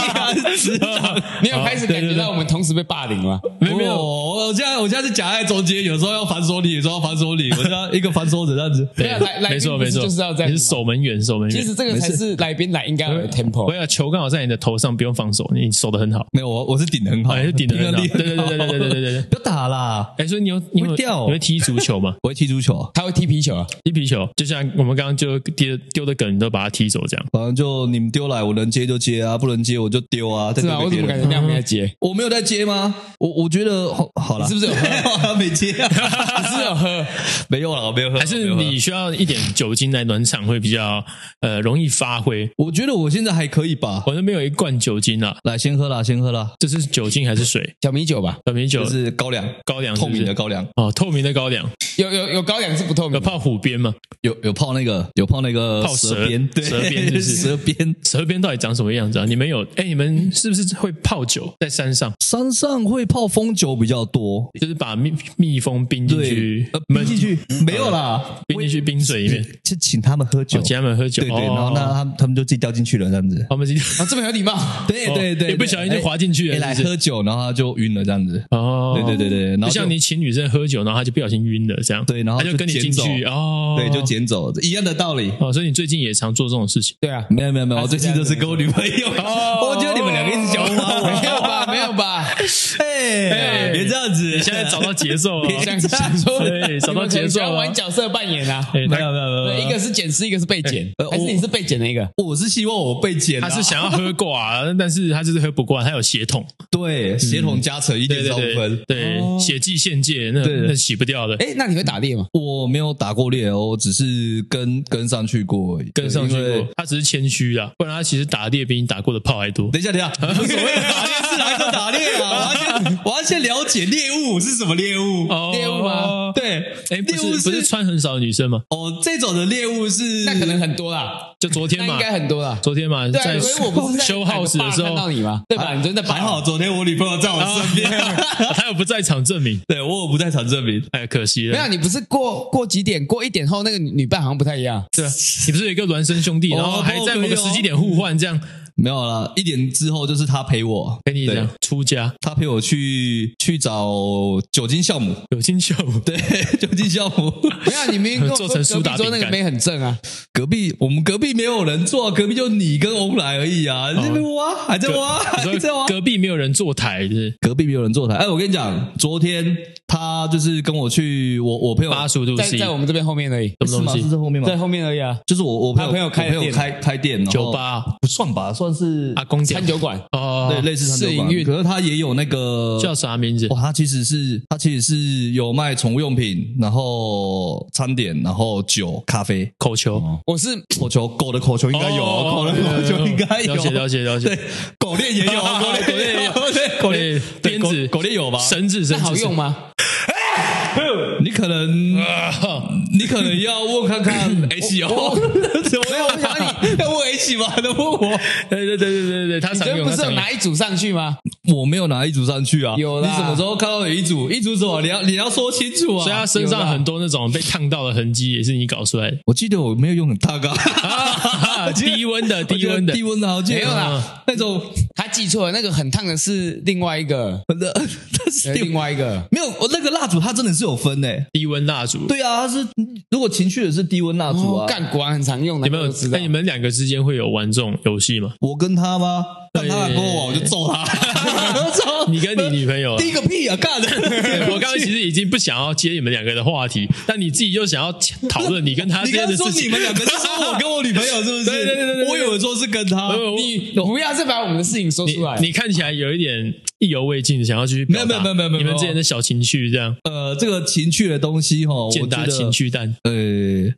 Speaker 2: 直男
Speaker 3: 你有开始感觉到我们同时被霸凌吗？
Speaker 1: 没有没有，
Speaker 2: 我我现在我现在是夹在中间，有时候要反手你，有时候要反手你，我现在一个反手者这样子。
Speaker 3: 没有来来
Speaker 1: 没错
Speaker 3: 宾不
Speaker 1: 没
Speaker 3: 是
Speaker 1: 错，
Speaker 3: 就是要这样
Speaker 1: 你
Speaker 3: 子
Speaker 1: 是守门员，守门员。
Speaker 3: 其实这个才是来宾来应该有的 tempo
Speaker 1: 不。要球刚好在你的头上，不用放手，你守的很好，哦
Speaker 2: 没有，我我是顶的很好，
Speaker 1: 哎还是顶的
Speaker 2: 平
Speaker 1: 很
Speaker 2: 衡
Speaker 1: 好。
Speaker 2: 力
Speaker 1: 对对
Speaker 2: 很好
Speaker 1: 对对对对对对对。
Speaker 2: 不要打啦，
Speaker 1: 哎，所以你有你有
Speaker 2: 会掉哦
Speaker 1: 你会踢足球 吗？
Speaker 2: 我会踢足球，
Speaker 3: 他会踢皮球啊，
Speaker 1: 踢皮球，就像我们刚刚就丢丢的梗，你都把它踢走这样。
Speaker 2: 反正就你们丢来，我能接就接啊，不能接我就丢啊。再
Speaker 3: 是
Speaker 2: 丢
Speaker 3: 吧？
Speaker 2: 给
Speaker 3: 我怎么
Speaker 2: 别
Speaker 3: 感
Speaker 2: 人
Speaker 3: 觉那样没在接？
Speaker 2: 我没有在接吗？我我觉得好好了，
Speaker 3: 你是不是有喝
Speaker 2: 没有啊？ 没接啊，
Speaker 3: 你是有喝？
Speaker 2: 没有了，我没有喝，
Speaker 1: 还
Speaker 2: 没
Speaker 1: 是
Speaker 2: 有喝啊
Speaker 1: 你需要一点酒精来暖场，会比较呃容易发挥。
Speaker 2: 我觉得我现在还可以吧。
Speaker 1: 我那边有一罐酒精啊，
Speaker 2: 来，先喝啦，先喝啦，
Speaker 1: 这是酒精还是水？
Speaker 3: 小米酒吧？
Speaker 1: 小米酒
Speaker 2: 这是高粱，
Speaker 1: 高粱是
Speaker 2: 透
Speaker 1: 不是
Speaker 2: 明的高粱，
Speaker 1: 哦，透明的高粱，
Speaker 3: 有有有高粱是不透
Speaker 1: 有
Speaker 3: 明的，
Speaker 1: 泡虎鞭吗？
Speaker 2: 有有泡那个，有泡那个
Speaker 1: 泡
Speaker 2: 蛇
Speaker 1: 蛇
Speaker 2: 鞭，对，
Speaker 1: 蛇鞭是不是
Speaker 2: 蛇鞭。
Speaker 1: 蛇鞭到底长什么样子啊？你们有哎，你们是不是会泡酒在山上？
Speaker 2: 山上会泡蜂酒比较多，
Speaker 1: 就是把蜜蜜蜂冰进
Speaker 2: 对
Speaker 1: 去，
Speaker 2: 呃，，
Speaker 1: 闷
Speaker 2: 冰进去没有啦，
Speaker 1: 冰进去冰水里面，
Speaker 2: 就请他们喝酒
Speaker 1: 哦，请他们喝酒，
Speaker 2: 对对，
Speaker 1: 哦
Speaker 2: 然后呢，他们他们就自己掉进去了，这样子。
Speaker 1: 他们今天
Speaker 3: 啊，这么有礼貌。
Speaker 2: 对对对，
Speaker 1: 一不小心就滑进去了
Speaker 2: 哎来
Speaker 1: 是不是
Speaker 2: 喝酒，然后他就晕了，这样子。
Speaker 1: 哦，
Speaker 2: 对对对对，然后
Speaker 1: 就像你请女生喝酒，然后她就不小心晕了，这样
Speaker 2: 对然后
Speaker 1: 她就
Speaker 2: 就
Speaker 1: 跟你进
Speaker 2: 捡走
Speaker 1: 去哦，
Speaker 2: 对就捡走一样的道理。
Speaker 1: 哦，所以你最近也常做这种事 情。
Speaker 3: 对啊，
Speaker 2: 没有没有没有，我最近
Speaker 3: 他是这样
Speaker 2: 就是跟我
Speaker 3: 哦
Speaker 1: 哦
Speaker 2: 女朋友，我觉得你们两个一直讲我，
Speaker 3: 没有吧？没有吧？
Speaker 2: 哎
Speaker 3: 哎，
Speaker 2: 别这样子，
Speaker 1: 你现在找到节奏了，
Speaker 3: 想想说，
Speaker 1: 哦对找到节奏啊
Speaker 3: 你们可能喜欢玩角色扮演啊。
Speaker 1: 哎
Speaker 2: 没
Speaker 1: 他
Speaker 2: 有没有没有没
Speaker 3: 对，
Speaker 2: 有，
Speaker 3: 一个是捡尸，一个是被捡
Speaker 2: 呃，
Speaker 3: 还是
Speaker 2: 我
Speaker 3: 你是被捡的一个？
Speaker 1: 哦
Speaker 2: 我是希望我被剪啊，
Speaker 1: 他是想要喝挂， 但是他就是喝不惯，他有血统，
Speaker 2: 对协同加成一
Speaker 1: 对
Speaker 2: 点
Speaker 1: 对
Speaker 2: 三
Speaker 1: 对
Speaker 2: 分。
Speaker 1: 对，血迹限界那
Speaker 2: 对
Speaker 1: 那洗不掉的，
Speaker 3: 哎，那你会打猎吗？
Speaker 2: 我没有打过猎哦，我只是跟跟上去过而已，
Speaker 1: 跟上去
Speaker 2: 对因为
Speaker 1: 过，他只是谦虚啦，不然他其实打猎比你打过的炮还 多。
Speaker 2: 等一下，等一下，所谓的打猎是哪一种打猎啊？我要先，我要先了解猎物是什么猎物。
Speaker 1: 哦
Speaker 3: 猎物
Speaker 2: 啊
Speaker 3: 吗
Speaker 2: 对，
Speaker 1: 哎，不
Speaker 2: 猎物
Speaker 1: 是不是穿很少的女生吗？
Speaker 2: 哦，这种的猎物是
Speaker 3: 那可能很多啦，
Speaker 1: 就昨
Speaker 3: 那
Speaker 1: 天
Speaker 3: 应
Speaker 1: 嘛，
Speaker 3: 该很多啦。
Speaker 1: 昨天嘛，
Speaker 3: 对啊，
Speaker 1: 在
Speaker 3: 所以我不 是在
Speaker 1: 修 house 的时
Speaker 3: 看到
Speaker 1: 候，
Speaker 3: 你吗？对吧？你昨天在
Speaker 2: 还好，，昨天我女朋友在我身 边，
Speaker 1: 他啊有不在场证明，
Speaker 2: 对我有不在场证明。
Speaker 1: 哎，可惜
Speaker 3: 没有，啊
Speaker 1: 了。
Speaker 3: 你不是过过几点？过一点后那个女女伴好像不太一样。
Speaker 1: 对啊，你不是有一个孪生兄弟，
Speaker 2: 哦
Speaker 1: 然后还在某个时机点互换，这样
Speaker 2: 没有啦，一点之后就是他陪我，
Speaker 1: 跟你讲
Speaker 2: 对，
Speaker 1: 出家
Speaker 2: 他陪我去去找酒精酵母，
Speaker 1: 有金秀，
Speaker 2: 对， 酒精酵母。
Speaker 3: 没有，你明明跟 我
Speaker 1: 做
Speaker 3: 说
Speaker 1: 成苏
Speaker 3: 隔
Speaker 1: 打
Speaker 3: 壁桌那
Speaker 1: 饼
Speaker 3: 个
Speaker 1: 干
Speaker 3: 妹很正啊，
Speaker 2: 隔壁我们隔壁没有人做，隔壁就你跟欧来而已啊，这边挖还在挖， 还
Speaker 1: 你
Speaker 2: 在
Speaker 1: 说
Speaker 2: 挖。
Speaker 1: 隔壁没有人坐台，是
Speaker 2: 隔壁没有人坐台。哎，我跟你讲，昨天他就是跟我去，我我朋友
Speaker 1: 八十五度
Speaker 3: 在
Speaker 1: C
Speaker 3: 在我们这边后面而已，
Speaker 1: 什么东
Speaker 2: 是吗？是
Speaker 1: 西？
Speaker 2: 在后面吗
Speaker 3: 在？后面而已啊，
Speaker 2: 就是我我
Speaker 3: 他朋友开
Speaker 2: 我
Speaker 3: 的
Speaker 2: 朋友
Speaker 3: 店
Speaker 2: 开开店，然后
Speaker 1: 酒吧
Speaker 2: 不算吧，算是
Speaker 1: 阿
Speaker 2: 啊
Speaker 1: 公
Speaker 3: 餐
Speaker 1: 店
Speaker 3: 酒馆。
Speaker 1: 哦，
Speaker 2: 哦对类似哦餐酒
Speaker 3: 试营
Speaker 2: 馆，
Speaker 3: 运
Speaker 2: 可是他也有那个
Speaker 1: 叫啥名字？
Speaker 2: 哇，他其实是他其实是有卖宠物用品，然后餐点，然后酒、咖啡。
Speaker 1: 口球
Speaker 3: 我是
Speaker 2: 口球，狗的口球哦应该有，
Speaker 1: 哦
Speaker 2: 狗的口球应该有，
Speaker 1: 了解了解了解
Speaker 2: 对，狗链 也有，狗 链啊狗链也有，对，狗链
Speaker 1: 哎
Speaker 2: 对
Speaker 1: 鞭
Speaker 2: 狗
Speaker 1: 子
Speaker 2: 狗链有吧？
Speaker 1: 绳子，
Speaker 3: 那
Speaker 1: 绳子
Speaker 3: 好用？吗？
Speaker 2: 你可 能你可能要问看 看 H 哦，怎么 样？ 要问 H 吗？能问我？
Speaker 1: 对对对对对对，他
Speaker 3: 你昨
Speaker 1: 常
Speaker 3: 天
Speaker 1: 用，
Speaker 3: 不
Speaker 1: 他
Speaker 3: 是有
Speaker 1: 常用。
Speaker 3: 拿一组上去吗？
Speaker 2: 我没有拿一组上去啊，
Speaker 3: 有啦
Speaker 2: 你什么时候看到有一组？一组什么？你要你要说清楚
Speaker 1: 所以他
Speaker 2: 啊！
Speaker 1: 身上很多那种被烫到的痕迹，也是你搞出来的。
Speaker 2: 我记得我没有用很大高，
Speaker 1: 啊 低温的，低温的
Speaker 2: 低，温的，我记得
Speaker 1: 啊
Speaker 3: 没有啦，
Speaker 2: 那种
Speaker 3: 他记错了，那个很烫的是另外一个，
Speaker 2: 那那是
Speaker 3: 呃
Speaker 2: 低温
Speaker 3: 另外一个。
Speaker 2: 没有，我那个蜡烛它真的是有分诶。
Speaker 1: 低温蜡烛。
Speaker 2: 对啊，它是如果情绪的是低温蜡烛
Speaker 3: 哦
Speaker 2: 啊，
Speaker 3: 干果然很常用的，
Speaker 1: 你们
Speaker 3: 我
Speaker 1: 有
Speaker 3: 都知？道
Speaker 1: 那你们两个之间会有玩这种游戏 吗？
Speaker 2: 我跟他吗？但
Speaker 1: 对
Speaker 2: 他敢跟我玩，我就揍 他！操
Speaker 1: 你跟你女朋友啊、
Speaker 2: 低个屁啊！干！
Speaker 1: 对我刚刚其实已经不想要接你们两个的话题，但你自己又想要讨论你跟 他之
Speaker 2: 你
Speaker 1: 间
Speaker 2: 刚刚
Speaker 1: 的
Speaker 2: 说
Speaker 1: 事
Speaker 2: 你
Speaker 1: 情。
Speaker 2: 们两个是说我跟我女朋友是不是？
Speaker 1: 对对对对对哦
Speaker 2: 我以为说是跟他
Speaker 1: 没。有我
Speaker 3: 你不要再把我们的事情说
Speaker 1: 你
Speaker 3: 出来。
Speaker 1: 你看起来有一点意犹未尽，想要继续表达
Speaker 2: 没有没有没有没有
Speaker 1: 你们之间的小情绪这样，
Speaker 2: 呃，这个情趣的东西哈，我觉
Speaker 1: 健达
Speaker 2: 得
Speaker 1: 情趣蛋
Speaker 2: 呃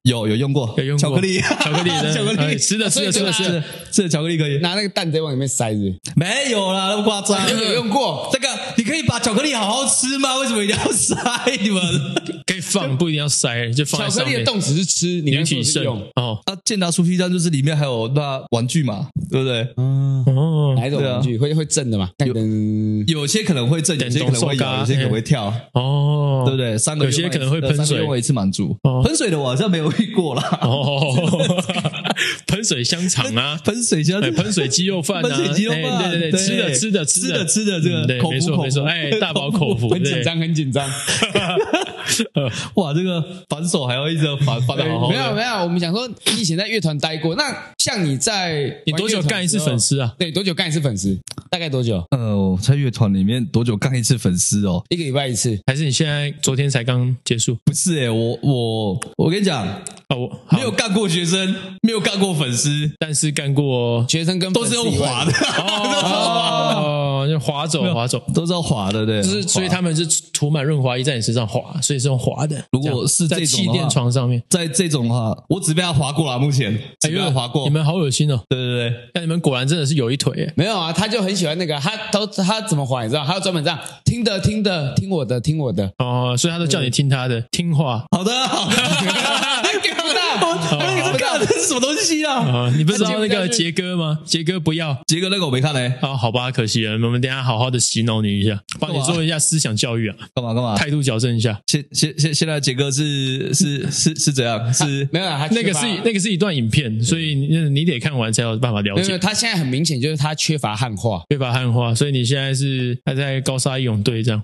Speaker 2: 有有用过，
Speaker 1: 有用过
Speaker 2: 巧克力，
Speaker 1: 巧 克力真的
Speaker 2: 巧克
Speaker 1: 哎
Speaker 2: 力，
Speaker 1: 吃的吃的吃
Speaker 3: 所以
Speaker 1: 的
Speaker 3: 就拿
Speaker 1: 吃的，
Speaker 2: 这个巧克力可以？
Speaker 3: 拿那个蛋直接往里面塞是
Speaker 2: 没有啦，那么夸张
Speaker 1: 啊
Speaker 3: 不。是？有用过？
Speaker 2: 这个你可以把巧克力好好吃吗？为什么一定要塞你们？
Speaker 1: 可以放，不一定要塞，就放
Speaker 3: 巧
Speaker 1: 在
Speaker 3: 克
Speaker 1: 上
Speaker 3: 力的
Speaker 1: 面。
Speaker 3: 动词是吃，你
Speaker 1: 女
Speaker 3: 刚说
Speaker 1: 体
Speaker 3: 的是
Speaker 1: 盛
Speaker 3: 用
Speaker 1: 哦
Speaker 2: 啊，健达出鸡蛋就是里面还有那玩具嘛，对不对？
Speaker 1: 哦
Speaker 3: 哪一种玩具会会震的嘛？噔噔
Speaker 2: 有些可能会震，有些可
Speaker 1: 电
Speaker 2: 能会
Speaker 1: 动手
Speaker 2: 摇，
Speaker 1: 嘎
Speaker 2: 有些可能会跳，
Speaker 1: 哦，
Speaker 2: 对不？对？三个
Speaker 1: 有些
Speaker 2: 愿望
Speaker 1: 可能会
Speaker 2: 一次呃
Speaker 1: 喷水
Speaker 2: 三个愿望一次满足
Speaker 1: 哦。
Speaker 2: 喷水的我好像没有遇过啦。
Speaker 1: 哦， 喷水香肠啊，
Speaker 2: 喷水香
Speaker 1: 哎，喷水鸡肉饭啊，
Speaker 2: 喷水鸡肉饭
Speaker 1: 哎对对
Speaker 2: 对
Speaker 1: 吃的吃的
Speaker 2: 吃的吃的这个
Speaker 1: 嗯对，
Speaker 2: 口服
Speaker 1: 没错
Speaker 2: 口服
Speaker 1: 没错，哎，大饱口福，
Speaker 3: 很紧
Speaker 1: 对，
Speaker 3: 张，很紧张。
Speaker 2: 哇，这个反手还要一直反反的 好哎好的
Speaker 3: 没有没有，我们想说你以前在乐团待过，那像你在
Speaker 1: 你多久干一次粉？丝啊？
Speaker 3: 对，多久干一次粉丝？大概多久？
Speaker 2: 呃，我在乐团里面多久干一次粉丝哦？
Speaker 3: 一个礼拜一次。
Speaker 1: 还是你现在昨天才刚结束
Speaker 2: 不是诶、我我我跟你讲，
Speaker 1: 哦，我
Speaker 2: 没有，干过学生，没有干过粉丝，
Speaker 1: 但是干过
Speaker 3: 学生跟
Speaker 2: 都是用滑
Speaker 3: 的，
Speaker 2: 的，
Speaker 1: 哦，就滑走 滑走，
Speaker 2: 都是要哦滑的，对。
Speaker 1: 就是所以他们是涂满润滑液在你身上滑，所以是用滑的。
Speaker 2: 如果是
Speaker 1: 在
Speaker 2: 这种
Speaker 1: 气
Speaker 2: 的话
Speaker 1: 垫床上面，
Speaker 2: 在这种的话，我只被他滑过啦，目前只被他哎滑过。
Speaker 1: 哎你们好恶心哦！
Speaker 2: 对对对，
Speaker 1: 但你们果然真的是有一腿耶，
Speaker 3: 没有啊，他就很喜欢那个，他都他怎么滑你知道？他要专门这样听的听的听我的听我 的，
Speaker 1: 哦，所以他都叫你听他的，听话
Speaker 2: 好的 好哎的。
Speaker 3: 他 get 不到，
Speaker 2: 哎，这
Speaker 3: 他 get 不到
Speaker 2: 看。这是什么东西啊？
Speaker 1: 啊！你不知道那
Speaker 3: 那结
Speaker 1: 个
Speaker 3: 果就是
Speaker 1: 杰哥吗？杰哥不要
Speaker 2: 杰哥那个我没看嘞，
Speaker 1: 啊，好吧，可惜了。我们等一下好好的洗脑你一下，帮你做一下思想教育啊，
Speaker 2: 干嘛干嘛？
Speaker 1: 态度矫正一下。
Speaker 2: 现现现现在杰哥是是是是怎样？ 是
Speaker 3: 没有啊，他
Speaker 1: 那个
Speaker 3: 缺乏
Speaker 1: 是那个是一段影片，所以你你得看完才有办法了
Speaker 3: 没有没有，
Speaker 1: 解。
Speaker 3: 他现在很明显就是他缺乏汉化。
Speaker 1: 对吧？汉化，所以你现在是还在高沙义勇队这样，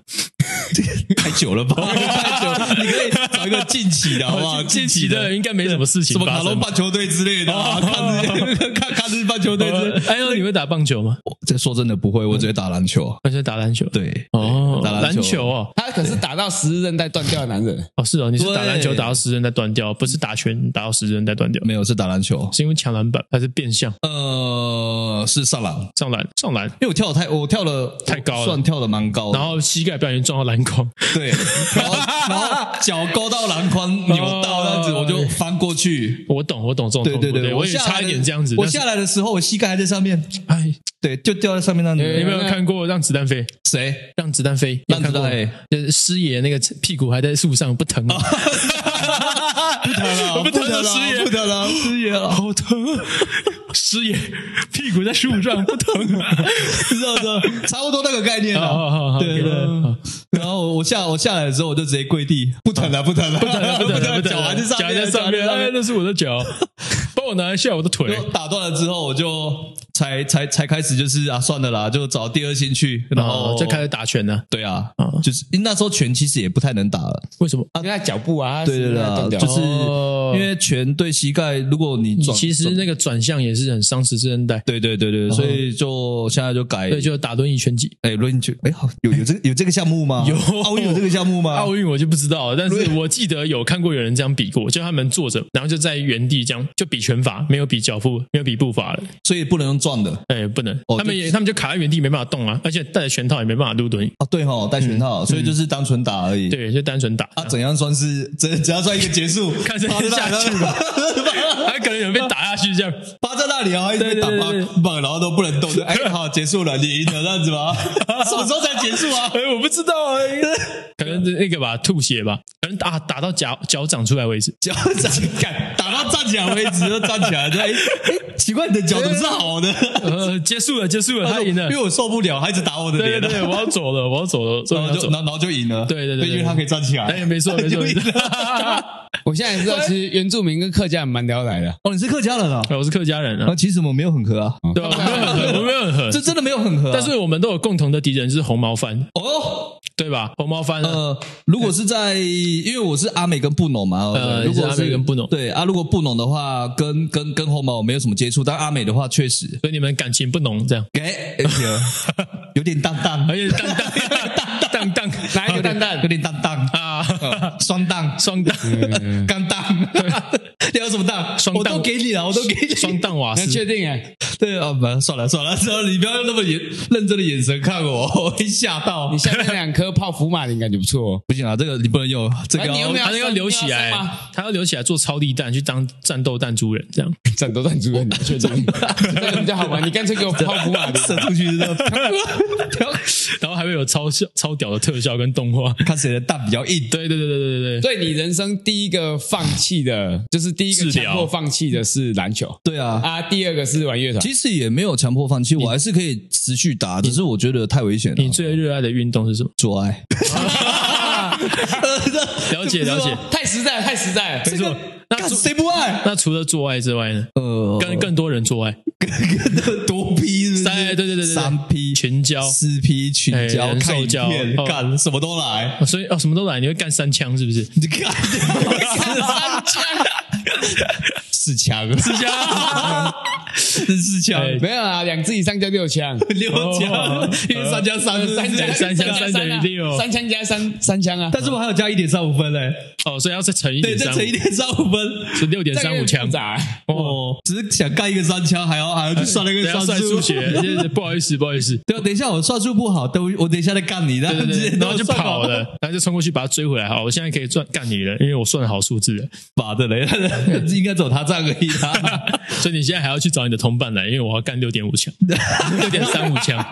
Speaker 2: 太久了吧？ 太久了，你可以找一个 近期的好不好？
Speaker 1: 近期
Speaker 2: 期
Speaker 1: 的应该没什么事情
Speaker 2: 什么
Speaker 1: 发
Speaker 2: 卡
Speaker 1: 生
Speaker 2: 隆
Speaker 1: 吧。
Speaker 2: 棒球队之类的啊， 看看看日棒球队之类的。
Speaker 1: 哎呦，你会打棒球吗？
Speaker 2: 我 这说真的不会，我只会打篮球。
Speaker 1: 我现在打篮球。
Speaker 2: 对，
Speaker 1: 哦，
Speaker 2: 打篮
Speaker 1: 篮
Speaker 2: 球
Speaker 1: 球哦，
Speaker 3: 他可是打到十字韧带断掉的男人，
Speaker 1: 哦是哦，你是打
Speaker 2: 对
Speaker 1: 篮球打到十人再断掉，不是打拳打到十人再断掉，
Speaker 2: 没有是打篮球。
Speaker 1: 是因为抢篮板还是变相
Speaker 2: 呃，是上篮，
Speaker 1: 上篮上篮，
Speaker 2: 因为我跳得太我跳了
Speaker 1: 太高了
Speaker 2: 算跳的蛮高的。
Speaker 1: 然后膝盖不小心撞到篮筐，
Speaker 2: 对，然后然后脚勾到篮筐扭到， 这样子我就翻过去。
Speaker 1: 我懂我懂这种
Speaker 2: 对
Speaker 1: 痛苦，
Speaker 2: 对对，
Speaker 1: 我
Speaker 2: 我
Speaker 1: 也
Speaker 2: 下来
Speaker 1: 差
Speaker 2: 的
Speaker 1: 一点这样子，
Speaker 2: 我
Speaker 1: 但是
Speaker 2: 下来的时候，我膝盖还在上面，
Speaker 1: 哎，
Speaker 2: 对，就掉在上面那
Speaker 1: 你有
Speaker 2: 里。
Speaker 1: 没有看过《让子弹飞》？
Speaker 2: 谁？
Speaker 1: 让子弹飞，
Speaker 2: 让子弹
Speaker 1: 有看过
Speaker 2: 飞
Speaker 1: 就是师爷那个屁股还在树上不 疼吗？
Speaker 2: 不疼了，
Speaker 1: 不疼啊了师爷
Speaker 2: 不疼啊了，师爷了。
Speaker 1: 好疼！师爷屁股在树 上不疼啊！
Speaker 2: 知道知道，差不多那个概念
Speaker 1: 哦好好
Speaker 2: 啊
Speaker 1: 好。
Speaker 2: 对对对
Speaker 1: OK，好。
Speaker 2: 然后我下我下来的时候，我就直接跪地，不疼啊了，不疼了， 不疼了
Speaker 1: 不疼了，不
Speaker 2: 脚还在
Speaker 1: 疼了，
Speaker 2: 上
Speaker 1: 脚还
Speaker 2: 面，
Speaker 1: 在上面，哎
Speaker 2: 脚还在上，面
Speaker 1: 那是我的脚，帮我拿一下我的腿
Speaker 2: 然。后打断了之后，我就才才才开始就是啊，算了啦，就找第二兴趣，然
Speaker 1: 然
Speaker 2: 后
Speaker 1: 后哦再开始打拳呢？
Speaker 2: 对啊
Speaker 1: 啊，
Speaker 2: 就是因为那时候拳其实也不太能打了，
Speaker 1: 为什么？
Speaker 3: 因为他脚步啊，
Speaker 2: 对对对啊，
Speaker 3: 对，
Speaker 2: 就是
Speaker 1: 哦
Speaker 2: 因为拳对膝盖，如果你
Speaker 1: 你
Speaker 2: 转，
Speaker 1: 其实
Speaker 2: 转
Speaker 1: 那个转向也是很伤十字韧带，
Speaker 2: 对对对对，所以就现在就改
Speaker 1: 对，就打轮椅拳击。
Speaker 2: 哎轮球，哎 好有有这有这个项目吗？
Speaker 1: 有
Speaker 2: 奥运有这个项目吗？
Speaker 1: 奥运我就不知道了，但是
Speaker 2: 对
Speaker 1: 我记得有看过有人这样比过，就他们坐着，然后就在原地这样就比拳法，没有比脚步，没有比步伐了，
Speaker 2: 所以不能用撞的。
Speaker 1: 哎，不能，
Speaker 2: 哦
Speaker 1: 他们
Speaker 2: 就
Speaker 1: 也他们就卡嗯在原地没办法动啊，而且戴着拳套也没办法撸轮椅，
Speaker 2: 哦，对吼，戴拳套，所以就是单纯打而已。，
Speaker 1: 对，就单纯打。
Speaker 2: 啊，怎样算是怎怎样算一个结 束？
Speaker 1: 看谁
Speaker 2: 趴在
Speaker 1: 下
Speaker 2: 那里
Speaker 1: 去吧， 他可能有人被打下去这样，
Speaker 2: 趴在那里啊，一直被打
Speaker 1: 对对对
Speaker 2: 棒棒，然后都不能动的。哎，好，结束了，你赢了这样子 吗？什么时候才结束啊？
Speaker 1: 哎，我不知道哎， 可能那个吧，吐血吧，可能打打到脚脚长出来为 止。
Speaker 2: 脚站干，打到站起来为止，就站起来。对，哎 哎奇怪，你的脚怎么是好的？
Speaker 1: 呃，结束了，结束 了，他赢了
Speaker 2: 因为。我受不了，他一直打我的
Speaker 1: 对
Speaker 2: 脸
Speaker 1: 对对，
Speaker 2: 啊。
Speaker 1: 我要走了，我要走了，终于
Speaker 2: 然
Speaker 1: 要走
Speaker 2: 后就然。后然后就赢了。
Speaker 1: 对对对对对
Speaker 2: 因为他可以站起来。
Speaker 1: 哎，没 错没错。没
Speaker 2: 就赢
Speaker 1: 错
Speaker 3: 我现在也知道，其实原住民跟客家人蛮聊得来的。
Speaker 2: 哦，你是客家人啊？
Speaker 1: 哎我是客家人啊
Speaker 2: 啊，，其实我们没有很合啊，
Speaker 1: 对吧？我 没有很狠，我没有很狠嗯
Speaker 2: 这。真的没有很合啊。
Speaker 1: 但呃是我们都有共同的敌人，就是红毛番，
Speaker 2: 哦，
Speaker 1: 对吧？红毛番啊，
Speaker 2: 呃，如果是在，因为我是阿美跟布农嘛，哦
Speaker 1: 呃
Speaker 2: 如果
Speaker 1: 你是阿美跟布农
Speaker 2: 对啊，如果布农的话，跟跟跟红毛没有什么接触，但阿美的话确实，
Speaker 1: 所以你们感情不浓，这样。
Speaker 2: 哎，而且有点淡淡，
Speaker 1: 而且蛋蛋蛋 蛋
Speaker 3: 哪一个蛋蛋
Speaker 2: 有点淡淡，
Speaker 1: 啊？
Speaker 2: 呃双淡，
Speaker 1: 双蛋
Speaker 2: 干淡，你 要什么淡？
Speaker 1: 双
Speaker 2: 我
Speaker 1: 蛋
Speaker 2: 都给你了，我都给你。
Speaker 1: 双蛋瓦
Speaker 3: 那
Speaker 1: 斯
Speaker 3: 确定哎？
Speaker 2: 对啊，不，算了算了，算了，你不要用那么眼认真的眼神看我， 我会吓到
Speaker 3: 你。下面两颗泡福马林感觉不错哦。
Speaker 2: 不行啊，这个啊你不能用，这个
Speaker 3: 哎你有
Speaker 2: 要
Speaker 3: 没有
Speaker 1: 他那个留起来
Speaker 3: 你要生吗，
Speaker 1: 他要留起来做超力蛋，去当战斗弹珠人，这 样。
Speaker 3: 战斗弹珠人，你确定？ 这个比较好玩。你干脆给我泡福马林。
Speaker 2: 射出去的，
Speaker 1: 然后还会有超效、超屌的特效跟动画。
Speaker 2: 看谁的蛋比较硬。
Speaker 1: 对对对对对对对，
Speaker 3: 对你人生第一个放弃的，就是第一个
Speaker 1: 治疗
Speaker 3: 强迫放弃的是篮球
Speaker 2: 对啊，
Speaker 3: 啊，第二个是玩乐团。
Speaker 2: 其实也没有强迫放弃，我还是可以持续打，只是我觉得太危险了
Speaker 1: 你。最热爱的运动是什么？
Speaker 2: 做爱，
Speaker 1: 了解了解，
Speaker 3: 太实在了，太实在了。
Speaker 1: 没错。那
Speaker 2: 干
Speaker 1: 除
Speaker 2: 谁不爱？
Speaker 1: 那除了做爱之外呢？
Speaker 2: 呃，
Speaker 1: 跟更多人做爱，
Speaker 2: 多批是不是
Speaker 1: 三对对对对对
Speaker 2: 三批
Speaker 1: 群交。
Speaker 2: 四批群
Speaker 1: 哎
Speaker 2: 交
Speaker 1: 人
Speaker 2: 看
Speaker 1: 兽
Speaker 2: 影
Speaker 1: 交
Speaker 2: 片，
Speaker 1: 哦
Speaker 2: 干什么都来，
Speaker 1: 哦所以哦，什么都来，你会干三枪是不是？
Speaker 2: 你干
Speaker 3: 三枪
Speaker 2: 四枪，四枪，是四枪，
Speaker 1: 哎
Speaker 3: 没有啊，两支以上叫六枪，
Speaker 2: 六
Speaker 1: 哦
Speaker 2: 枪，因为呃三加三，
Speaker 3: 三
Speaker 2: 是不
Speaker 3: 枪
Speaker 2: 是
Speaker 1: 三枪
Speaker 3: 加
Speaker 1: 三等于六
Speaker 3: 啊三枪加三三枪啊。
Speaker 2: 但是我还有加一点三五分嘞，
Speaker 1: 哦，所以要再乘一
Speaker 2: 对，
Speaker 1: 点
Speaker 2: 再
Speaker 1: 三
Speaker 2: 乘一
Speaker 1: 五，
Speaker 2: 点三五分，
Speaker 1: 是六点三五
Speaker 3: 这个有点
Speaker 1: 枪
Speaker 3: 复。杂欸
Speaker 2: 哦，只是想干一个三枪，还要还要去算那个
Speaker 1: 等一下
Speaker 2: 算
Speaker 1: 算
Speaker 2: 术
Speaker 1: 数学， 对对不好意思，不好意思。
Speaker 2: 对啊，等一下我算数不好，等我我等一下再干你，然
Speaker 1: 对
Speaker 2: 后
Speaker 1: 对对，
Speaker 2: 然
Speaker 1: 然后
Speaker 2: 后
Speaker 1: 就跑，了， 然后就冲过去把他追回来。好，我现在可以赚干你了，因为我算好数字了。
Speaker 2: 妈的嘞， 应该走他这样而已啊。
Speaker 1: 所以你现在还要去找你的同伴来，因为我要干六点五枪，六点三五枪。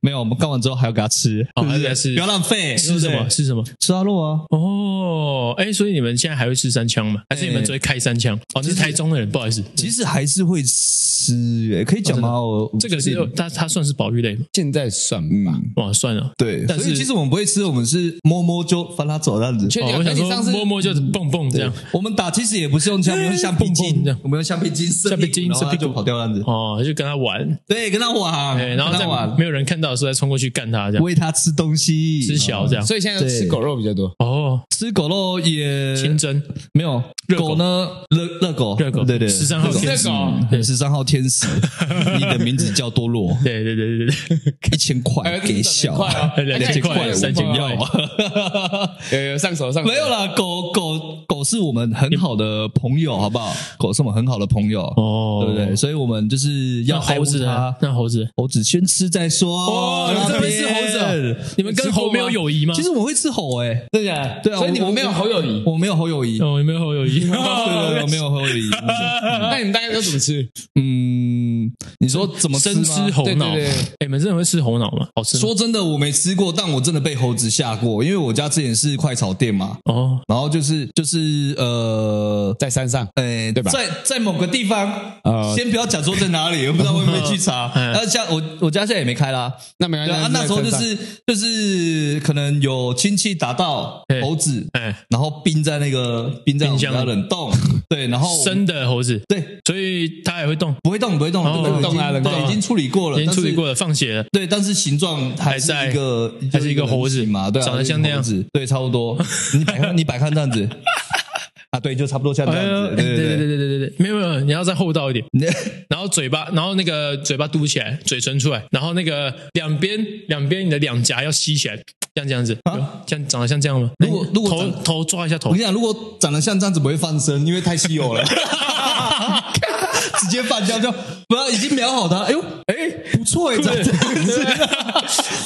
Speaker 2: 没有，我们干完之后还要给他 吃，
Speaker 1: 哦还要
Speaker 2: 对不对
Speaker 1: 给他吃
Speaker 2: 不要浪费，
Speaker 1: 是什
Speaker 2: 对不
Speaker 1: 么？
Speaker 2: 对？
Speaker 1: 是什么？
Speaker 2: 吃阿肉啊，
Speaker 1: 哦，哎，所以你们现在还会吃三枪吗？还是你们只会开三枪？哦，你是台中的人，不好意思，
Speaker 2: 其实还是会吃，诶，可以讲吗？我
Speaker 1: 哦这个是它它算是保育类吗？
Speaker 3: 现在算吧。
Speaker 2: 嗯，
Speaker 1: 哇，算了。
Speaker 2: 对，
Speaker 1: 但是
Speaker 2: 所以其实我们不会吃，我们是摸摸就翻他走这样子。
Speaker 3: 确定
Speaker 1: 哦，
Speaker 3: 啊？
Speaker 1: 我
Speaker 3: 那
Speaker 1: 想
Speaker 3: 你
Speaker 1: 说
Speaker 3: 上次
Speaker 1: 摸摸就蹦蹦这样，
Speaker 2: 我们打其实也不是用枪，我们是橡皮
Speaker 1: 金这样
Speaker 2: 我们用橡皮筋射
Speaker 1: 橡皮筋
Speaker 2: 然后
Speaker 1: 射屁
Speaker 2: 他
Speaker 1: 股
Speaker 2: 就跑掉这样子。
Speaker 1: 哦，就跟他玩，
Speaker 2: 对，跟他玩，
Speaker 1: 哎，然后
Speaker 2: 跟
Speaker 1: 在
Speaker 2: 他玩，啊
Speaker 1: 没有人看到的时候再冲过去干他这样，
Speaker 2: 喂他吃东西，
Speaker 1: 吃小
Speaker 2: 嗯
Speaker 1: 这样，
Speaker 3: 所以现在都吃
Speaker 2: 对
Speaker 3: 狗肉比较多。
Speaker 1: 哦，
Speaker 2: 吃狗肉也
Speaker 1: 清蒸
Speaker 2: 没有
Speaker 1: 热狗
Speaker 2: 狗呢，热热狗，
Speaker 1: 热狗
Speaker 2: 对对，
Speaker 1: 13号天
Speaker 3: 使热狗
Speaker 2: 十三号天使，你的名字叫 多洛，
Speaker 1: 对对对对对
Speaker 2: 一千
Speaker 3: 哎
Speaker 2: 块
Speaker 3: 呦
Speaker 2: 给小，哎
Speaker 3: 快啊
Speaker 1: 对，两千块，三千 块，
Speaker 3: 有有上手上手
Speaker 2: 没有啦，狗狗狗是我们很好的朋友，好不好？狗是我们很好的朋友，
Speaker 1: 哦
Speaker 2: 对不对？所以我们就是要啊
Speaker 1: 那猴子
Speaker 2: 爱护它
Speaker 1: 呢？那猴子，
Speaker 2: 猴子先吃再说。
Speaker 1: 哦，你们这边是猴子啊，你们跟猴没有友谊吗？
Speaker 2: 其实我会吃猴诶，
Speaker 3: 对的，
Speaker 2: 对啊，
Speaker 3: 所以你
Speaker 2: 我
Speaker 3: 们没有好友谊。
Speaker 2: 我没有猴友谊，对
Speaker 1: 哦，有没有猴友谊？
Speaker 2: 对对，我 没有猴友谊。
Speaker 3: 那你们大概都怎么吃？
Speaker 2: 嗯，你说怎么吃
Speaker 1: 生
Speaker 2: 吗
Speaker 1: 吃猴脑，
Speaker 3: 对对对
Speaker 1: 哎，你们真的会吃猴脑吗？好吃吗？
Speaker 2: 说真的，我没吃过，但我真的被猴子吓过，因为我家之前是快炒店嘛，
Speaker 1: 哦，
Speaker 2: 然后就是就是呃。
Speaker 3: 在山上，
Speaker 2: 哎，
Speaker 3: 对吧
Speaker 2: 在在某个地方，
Speaker 3: 呃
Speaker 2: 先不要讲说在哪里，我不知道会不会去 查。
Speaker 1: 嗯
Speaker 2: 那像我我家现在也没开啦，
Speaker 3: 那没关
Speaker 2: 对
Speaker 3: 系。
Speaker 2: 啊，
Speaker 3: 在
Speaker 2: 那时候就
Speaker 3: 山上
Speaker 2: 是就是可能有亲戚打到
Speaker 1: 嘿
Speaker 2: 猴子，
Speaker 1: 哎，
Speaker 2: 然后冰在那个冰在我们
Speaker 1: 冰箱
Speaker 2: 家
Speaker 1: 里
Speaker 2: 冷 冻，对，然后
Speaker 1: 生的猴子，
Speaker 2: 对
Speaker 1: 所以它也会动，
Speaker 2: 不会动不会动，
Speaker 1: 哦
Speaker 2: 这个已经
Speaker 3: 冷冻啊冷冻啊
Speaker 2: 对，已经处理
Speaker 1: 已
Speaker 2: 过了，
Speaker 1: 经处
Speaker 2: 但
Speaker 1: 理
Speaker 2: 是
Speaker 1: 过了，放血了。
Speaker 2: 对，但是形状还是
Speaker 1: 还在
Speaker 2: 一个
Speaker 1: 还是一个
Speaker 2: 人
Speaker 1: 猴子
Speaker 2: 形嘛，对啊，
Speaker 1: 长得像那样
Speaker 2: 就是一个猴子，对，差不 多。你摆看，你摆看这样子啊，对，就差不多像这
Speaker 1: 哎呦
Speaker 2: 样
Speaker 1: 哎
Speaker 2: 子，
Speaker 1: 对对
Speaker 2: 对对
Speaker 1: 对
Speaker 2: 对。
Speaker 1: 对对对，没有没有，你要再厚道一点，
Speaker 2: 你
Speaker 1: 然后嘴巴，然后那个嘴巴嘟起来，嘴唇出来，然后那个两边两边你的两颊要吸起来，这样这样子，
Speaker 2: 啊
Speaker 1: 这样长得像这样吗？
Speaker 2: 如果如果
Speaker 1: 头
Speaker 2: 长
Speaker 1: 头抓一下头
Speaker 2: 我跟，你讲，如果长得像这样子不会放生，因为太稀有了，直接放掉就不要，已经瞄好它。哎呦，哎，不错哎，长这样子，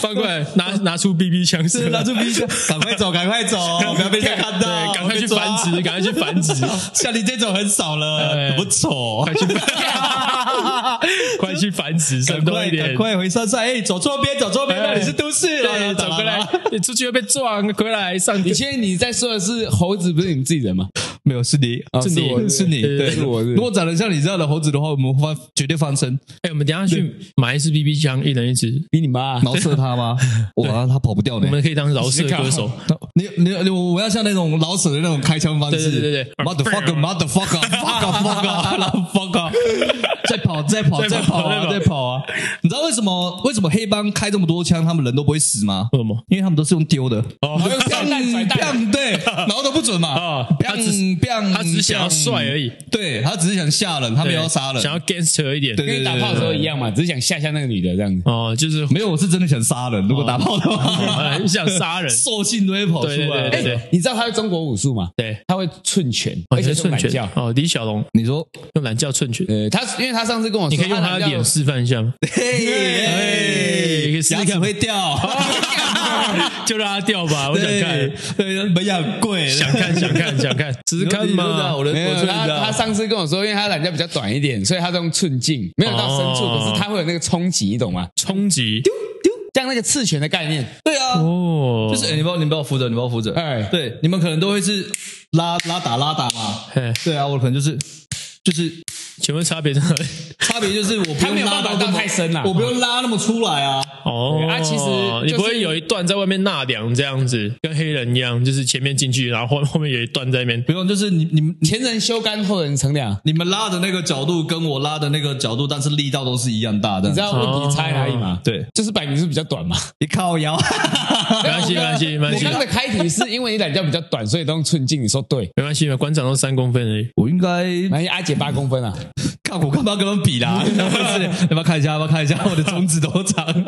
Speaker 1: 翻过来拿拿出 BB 枪
Speaker 2: 真的
Speaker 1: 射，
Speaker 2: 拿出鼻子，赶快走，赶快走，不要被人家看到，
Speaker 1: 对，赶快去
Speaker 2: 被抓
Speaker 1: 繁殖，赶快去繁殖，
Speaker 2: 像你这种很少
Speaker 1: 哎
Speaker 2: 了，怎么丑？
Speaker 1: 快去繁， 快去繁殖，
Speaker 2: 赶
Speaker 1: 生动
Speaker 2: 快
Speaker 1: 一点
Speaker 2: 赶。快回山上！哎，走错边，走错边，
Speaker 1: 哎
Speaker 2: 那里是都市了，
Speaker 1: 对，走过来，你出去会被撞，回来上
Speaker 3: 你现在你在说的是猴子，不是你们自己人吗？
Speaker 2: 没有是你，
Speaker 3: 啊
Speaker 1: 是你
Speaker 3: 我不
Speaker 2: 是你，
Speaker 1: 对
Speaker 2: 对，
Speaker 3: 是我是
Speaker 2: 如果长得像你这样的猴子的话，我们放绝对放 生，
Speaker 1: 哎、我们等一下去买一支 BB 枪，一人一支，
Speaker 3: 比你妈
Speaker 2: 然后射他 吗？哇，他跑不掉
Speaker 1: 我们
Speaker 2: 呢。
Speaker 1: 可以当饶舌歌手。
Speaker 2: 你你你，我要像那种老舍的那种开枪方式，
Speaker 1: 对对对对
Speaker 2: ，motherfucker motherfucker fucker fucker fucker，再跑再跑
Speaker 1: 再
Speaker 2: 再
Speaker 1: 跑
Speaker 2: 跑啊
Speaker 1: 再跑
Speaker 2: 再跑啊！你知道为什么为什么黑帮开这么多枪，他们人都不会死吗？
Speaker 1: 为什么？
Speaker 2: 因为他们都是用丢的，
Speaker 1: 哦
Speaker 2: 然后用
Speaker 3: 甩蛋甩蛋
Speaker 2: 砰砰对，然后都不准嘛
Speaker 1: 哦，他
Speaker 2: 他
Speaker 1: 只是
Speaker 2: 只
Speaker 1: 他只是想
Speaker 2: 嗯
Speaker 1: 要帅而已，
Speaker 2: 对他只是想吓人，他没有要杀人，
Speaker 1: 想要 gangster 一点。
Speaker 2: 对
Speaker 3: 跟你打炮的时候一样嘛，只是想吓吓那个女的这样子。
Speaker 1: 哦，就是
Speaker 2: 没有，我是真的想杀人。如果打炮的 话，
Speaker 1: 哦很想杀人。
Speaker 2: 兽性都会跑出
Speaker 1: 对对对
Speaker 2: 来。
Speaker 1: 对
Speaker 2: 哎
Speaker 1: 对
Speaker 3: 你知道他会中国武术吗？
Speaker 1: 对，
Speaker 3: 他会寸拳，
Speaker 1: 哦，
Speaker 3: 而
Speaker 1: 你
Speaker 3: 且
Speaker 1: 是
Speaker 3: 是用
Speaker 1: 寸
Speaker 3: 懒
Speaker 1: 拳
Speaker 3: 觉。
Speaker 1: 哦，李小龙
Speaker 2: 你说，
Speaker 1: 用懒觉寸拳，
Speaker 3: 呃，他因为他上次跟我说，
Speaker 1: 你可以用他
Speaker 3: 他
Speaker 1: 的
Speaker 3: 懒觉
Speaker 1: 脸示范一下吗？
Speaker 2: 嘿
Speaker 1: 可以试试
Speaker 2: 哎牙
Speaker 1: 看
Speaker 2: 齿会掉，
Speaker 1: 就让他掉吧，我想
Speaker 2: 对
Speaker 1: 看，，
Speaker 2: 对，没养贵，
Speaker 1: 想看，想看，想看，只是看
Speaker 2: 你都知道
Speaker 1: 嘛。
Speaker 2: 我的，
Speaker 3: 没有
Speaker 2: 我真的
Speaker 3: 他
Speaker 2: 知道
Speaker 3: 他上次跟我说，因为他懒觉比较短一点，所以他都用寸劲，没有到深处，
Speaker 1: 哦
Speaker 3: 可是他会有那个冲击，你懂吗？
Speaker 1: 冲击
Speaker 3: 像那个刺拳的概念，
Speaker 2: 对啊，
Speaker 1: 哦，
Speaker 2: 就是哎你帮你帮我扶着，你帮我扶着。
Speaker 3: 哎
Speaker 2: 对，你们可能都会是拉拉打拉打嘛。
Speaker 1: 嘿
Speaker 2: 对啊，我可能就是就是
Speaker 1: 请问差别在哪里？
Speaker 2: 差别就是我不
Speaker 3: 他没
Speaker 2: 用
Speaker 3: 有
Speaker 2: 拉
Speaker 3: 办法
Speaker 2: 到那
Speaker 3: 到
Speaker 2: 么
Speaker 3: 太深啦
Speaker 2: 我不用拉那么出来啊。
Speaker 1: 哦，
Speaker 3: 啊其实就
Speaker 1: 你
Speaker 3: 是
Speaker 1: 不会有一段在外面纳凉这样子，跟黑人一样，就是前面进去，然后后后面有一段在那边
Speaker 2: 不用，就是你你们你
Speaker 3: 前人修干，后人乘凉。
Speaker 2: 你们拉的那个角度跟我拉的那个角度，但是力道都是一样大的。
Speaker 3: 你知道问题差在哪里
Speaker 1: 哦
Speaker 3: 吗？
Speaker 2: 对，
Speaker 3: 就是摆明是比较短嘛。
Speaker 2: 你靠腰，
Speaker 1: 没关系没关系没关系
Speaker 3: 我刚的开题是因为你懒觉比较短，所以都用寸劲。你说对，
Speaker 1: 没关系嘛，馆长都三公分而已。
Speaker 2: 我应该
Speaker 3: 那阿姐八公分啊，
Speaker 2: 看我干嘛跟他们比啦？ 要不要看一下？要不要看一下？我的中指多长？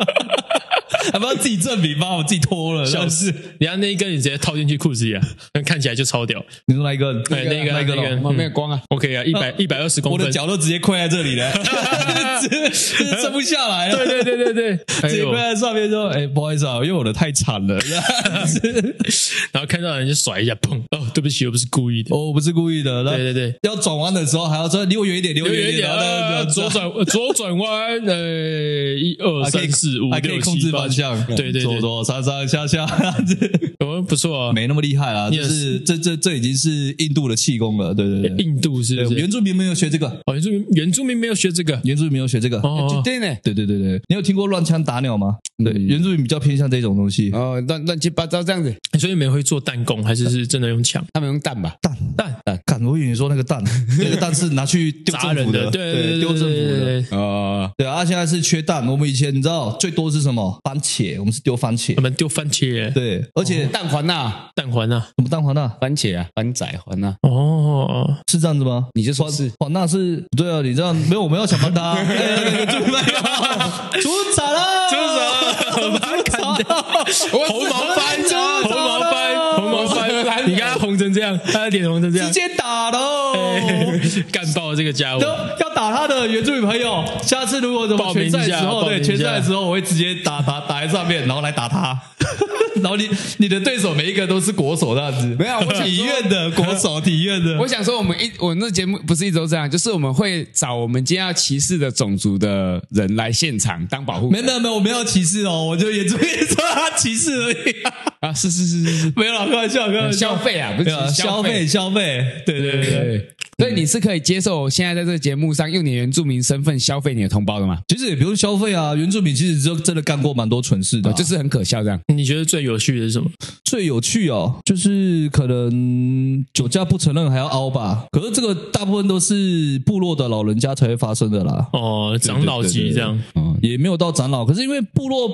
Speaker 2: 要不要自己证明吧？我自己脱了，
Speaker 1: 笑
Speaker 2: 是
Speaker 1: 死！人家那一根你直接套进去裤子里啊，那看起来就超屌。
Speaker 2: 你说哪一个？
Speaker 1: 对，嗯那个
Speaker 2: 哪一
Speaker 1: 那
Speaker 2: 个
Speaker 1: 个
Speaker 2: 咯？
Speaker 3: 我没有光啊。
Speaker 1: OK 啊，一百一百二十公
Speaker 2: 我
Speaker 1: 分
Speaker 2: 的。脚都直接跪在这里 了， 撑不下来了。
Speaker 1: 对对对对对，哎
Speaker 2: 直接
Speaker 1: 呦
Speaker 2: 跪，在上面说：“哎，不好意思啊，因为我的太 惨了。
Speaker 1: 然后看到人就甩一下，砰！哦，对不起，我不是故意的。
Speaker 2: 哦，我不是故意的。”
Speaker 1: 对对对，
Speaker 2: 要转弯的时候还要说离我远一点，离我
Speaker 1: 有
Speaker 2: 远
Speaker 1: 远
Speaker 2: 一
Speaker 1: 一
Speaker 2: 点，
Speaker 1: 点，
Speaker 2: 然
Speaker 1: 呃
Speaker 2: 后
Speaker 1: 左转呃左转弯，呃，一二
Speaker 2: 啊还可以
Speaker 1: 三四五
Speaker 2: 还可
Speaker 1: 六
Speaker 2: 以控
Speaker 1: 七
Speaker 2: 制
Speaker 1: 八
Speaker 2: 方，向，
Speaker 1: 对对
Speaker 2: 左
Speaker 1: 对，
Speaker 2: 左上上下下，这
Speaker 1: 我们不错啊。
Speaker 2: 没那么厉 害啦。
Speaker 1: 你
Speaker 2: 就
Speaker 1: 也
Speaker 2: 是这这这已经是印度的气功了，对对对。
Speaker 1: 印度是
Speaker 2: 对
Speaker 1: 不是？
Speaker 2: 原住民没有学这个，
Speaker 1: 哦，原住民原住民没有学这个
Speaker 2: 原住民没有学这个。
Speaker 1: 哦。嗯
Speaker 3: 对呢，
Speaker 2: 对对对对，你有听过乱枪打鸟吗？对，原住民比较偏向这种东
Speaker 1: 啊
Speaker 2: 西。
Speaker 3: 哦，乱乱七八糟这样子，
Speaker 1: 所以你们会做弹弓，还是是真的用枪？
Speaker 3: 他们用蛋吧？
Speaker 1: 弹
Speaker 2: 看啊干，我以为你说那 个蛋，那个蛋是拿去丢
Speaker 1: 砸
Speaker 2: 政
Speaker 1: 人
Speaker 2: 府的，
Speaker 1: 对
Speaker 2: 对，丢政府的。
Speaker 1: 的。
Speaker 3: 呃，
Speaker 2: 对啊，现在是缺蛋。我们以前你知道最多是什么？番茄，我们是丢番茄
Speaker 1: 我。们丢番茄、
Speaker 2: 对，而且
Speaker 1: 哦
Speaker 2: 什
Speaker 3: 蛋黄啊，
Speaker 1: 蛋黄啊，
Speaker 2: 么蛋黄呢？
Speaker 3: 番茄啊，番仔黄啊，
Speaker 1: 哦，
Speaker 2: 是这样子吗？
Speaker 3: 你就说是
Speaker 2: 哦，那是对啊，你这样没有，我们要抢翻他，哎哎哎注意没有？出场了，
Speaker 1: 猪把它砍掉，
Speaker 3: 红啊
Speaker 1: 红毛番，红毛番，红毛番，你看他红成这样，他的脸红成这样
Speaker 2: 直，接打喽！
Speaker 1: 干爆这个家伙
Speaker 2: 都！要打他的原住民朋友，下次如果怎么
Speaker 1: 报名一
Speaker 2: 决赛
Speaker 1: 下
Speaker 2: 的时候，
Speaker 1: 报名
Speaker 2: 对
Speaker 1: 一下
Speaker 2: 决赛的时候，我会直接打打打在上面，然后来打他。然后你你的对手每一个都是国手那样子，
Speaker 3: 没有我想说
Speaker 2: 体院的国手，体院的。
Speaker 3: 我想说，我们一我们那节目不是一直都这样，就是我们会找我们今天要歧视的种族的人来现场当保护
Speaker 2: 没没有没有，我没有歧视哦，我就也只也说他歧视而已、
Speaker 3: 啊！是是是是
Speaker 2: 没有啦，开玩笑，开玩
Speaker 3: 是，
Speaker 2: 笑
Speaker 3: 消，费啊，
Speaker 2: 呃
Speaker 3: 不
Speaker 2: 没
Speaker 3: 是
Speaker 2: 有啦消费，
Speaker 3: 费。
Speaker 2: 消费，对对对对。
Speaker 3: 对，所以你是可以接受现在在这个节目上用你原住民身份消费你的同胞的吗？
Speaker 2: 其实也不用消费啊，原住民其实就真的干过蛮多蠢事的啊、
Speaker 3: 哦就是很可笑这样。
Speaker 1: 你觉得最有趣的是什么？
Speaker 2: 最有趣哦，就是可能酒驾不承认还要凹吧。可是这个大部分都是部落的老人家才会发生的啦，
Speaker 1: 哦，长老级这样，
Speaker 3: 哦，
Speaker 2: 也没有到长老。可是因为部落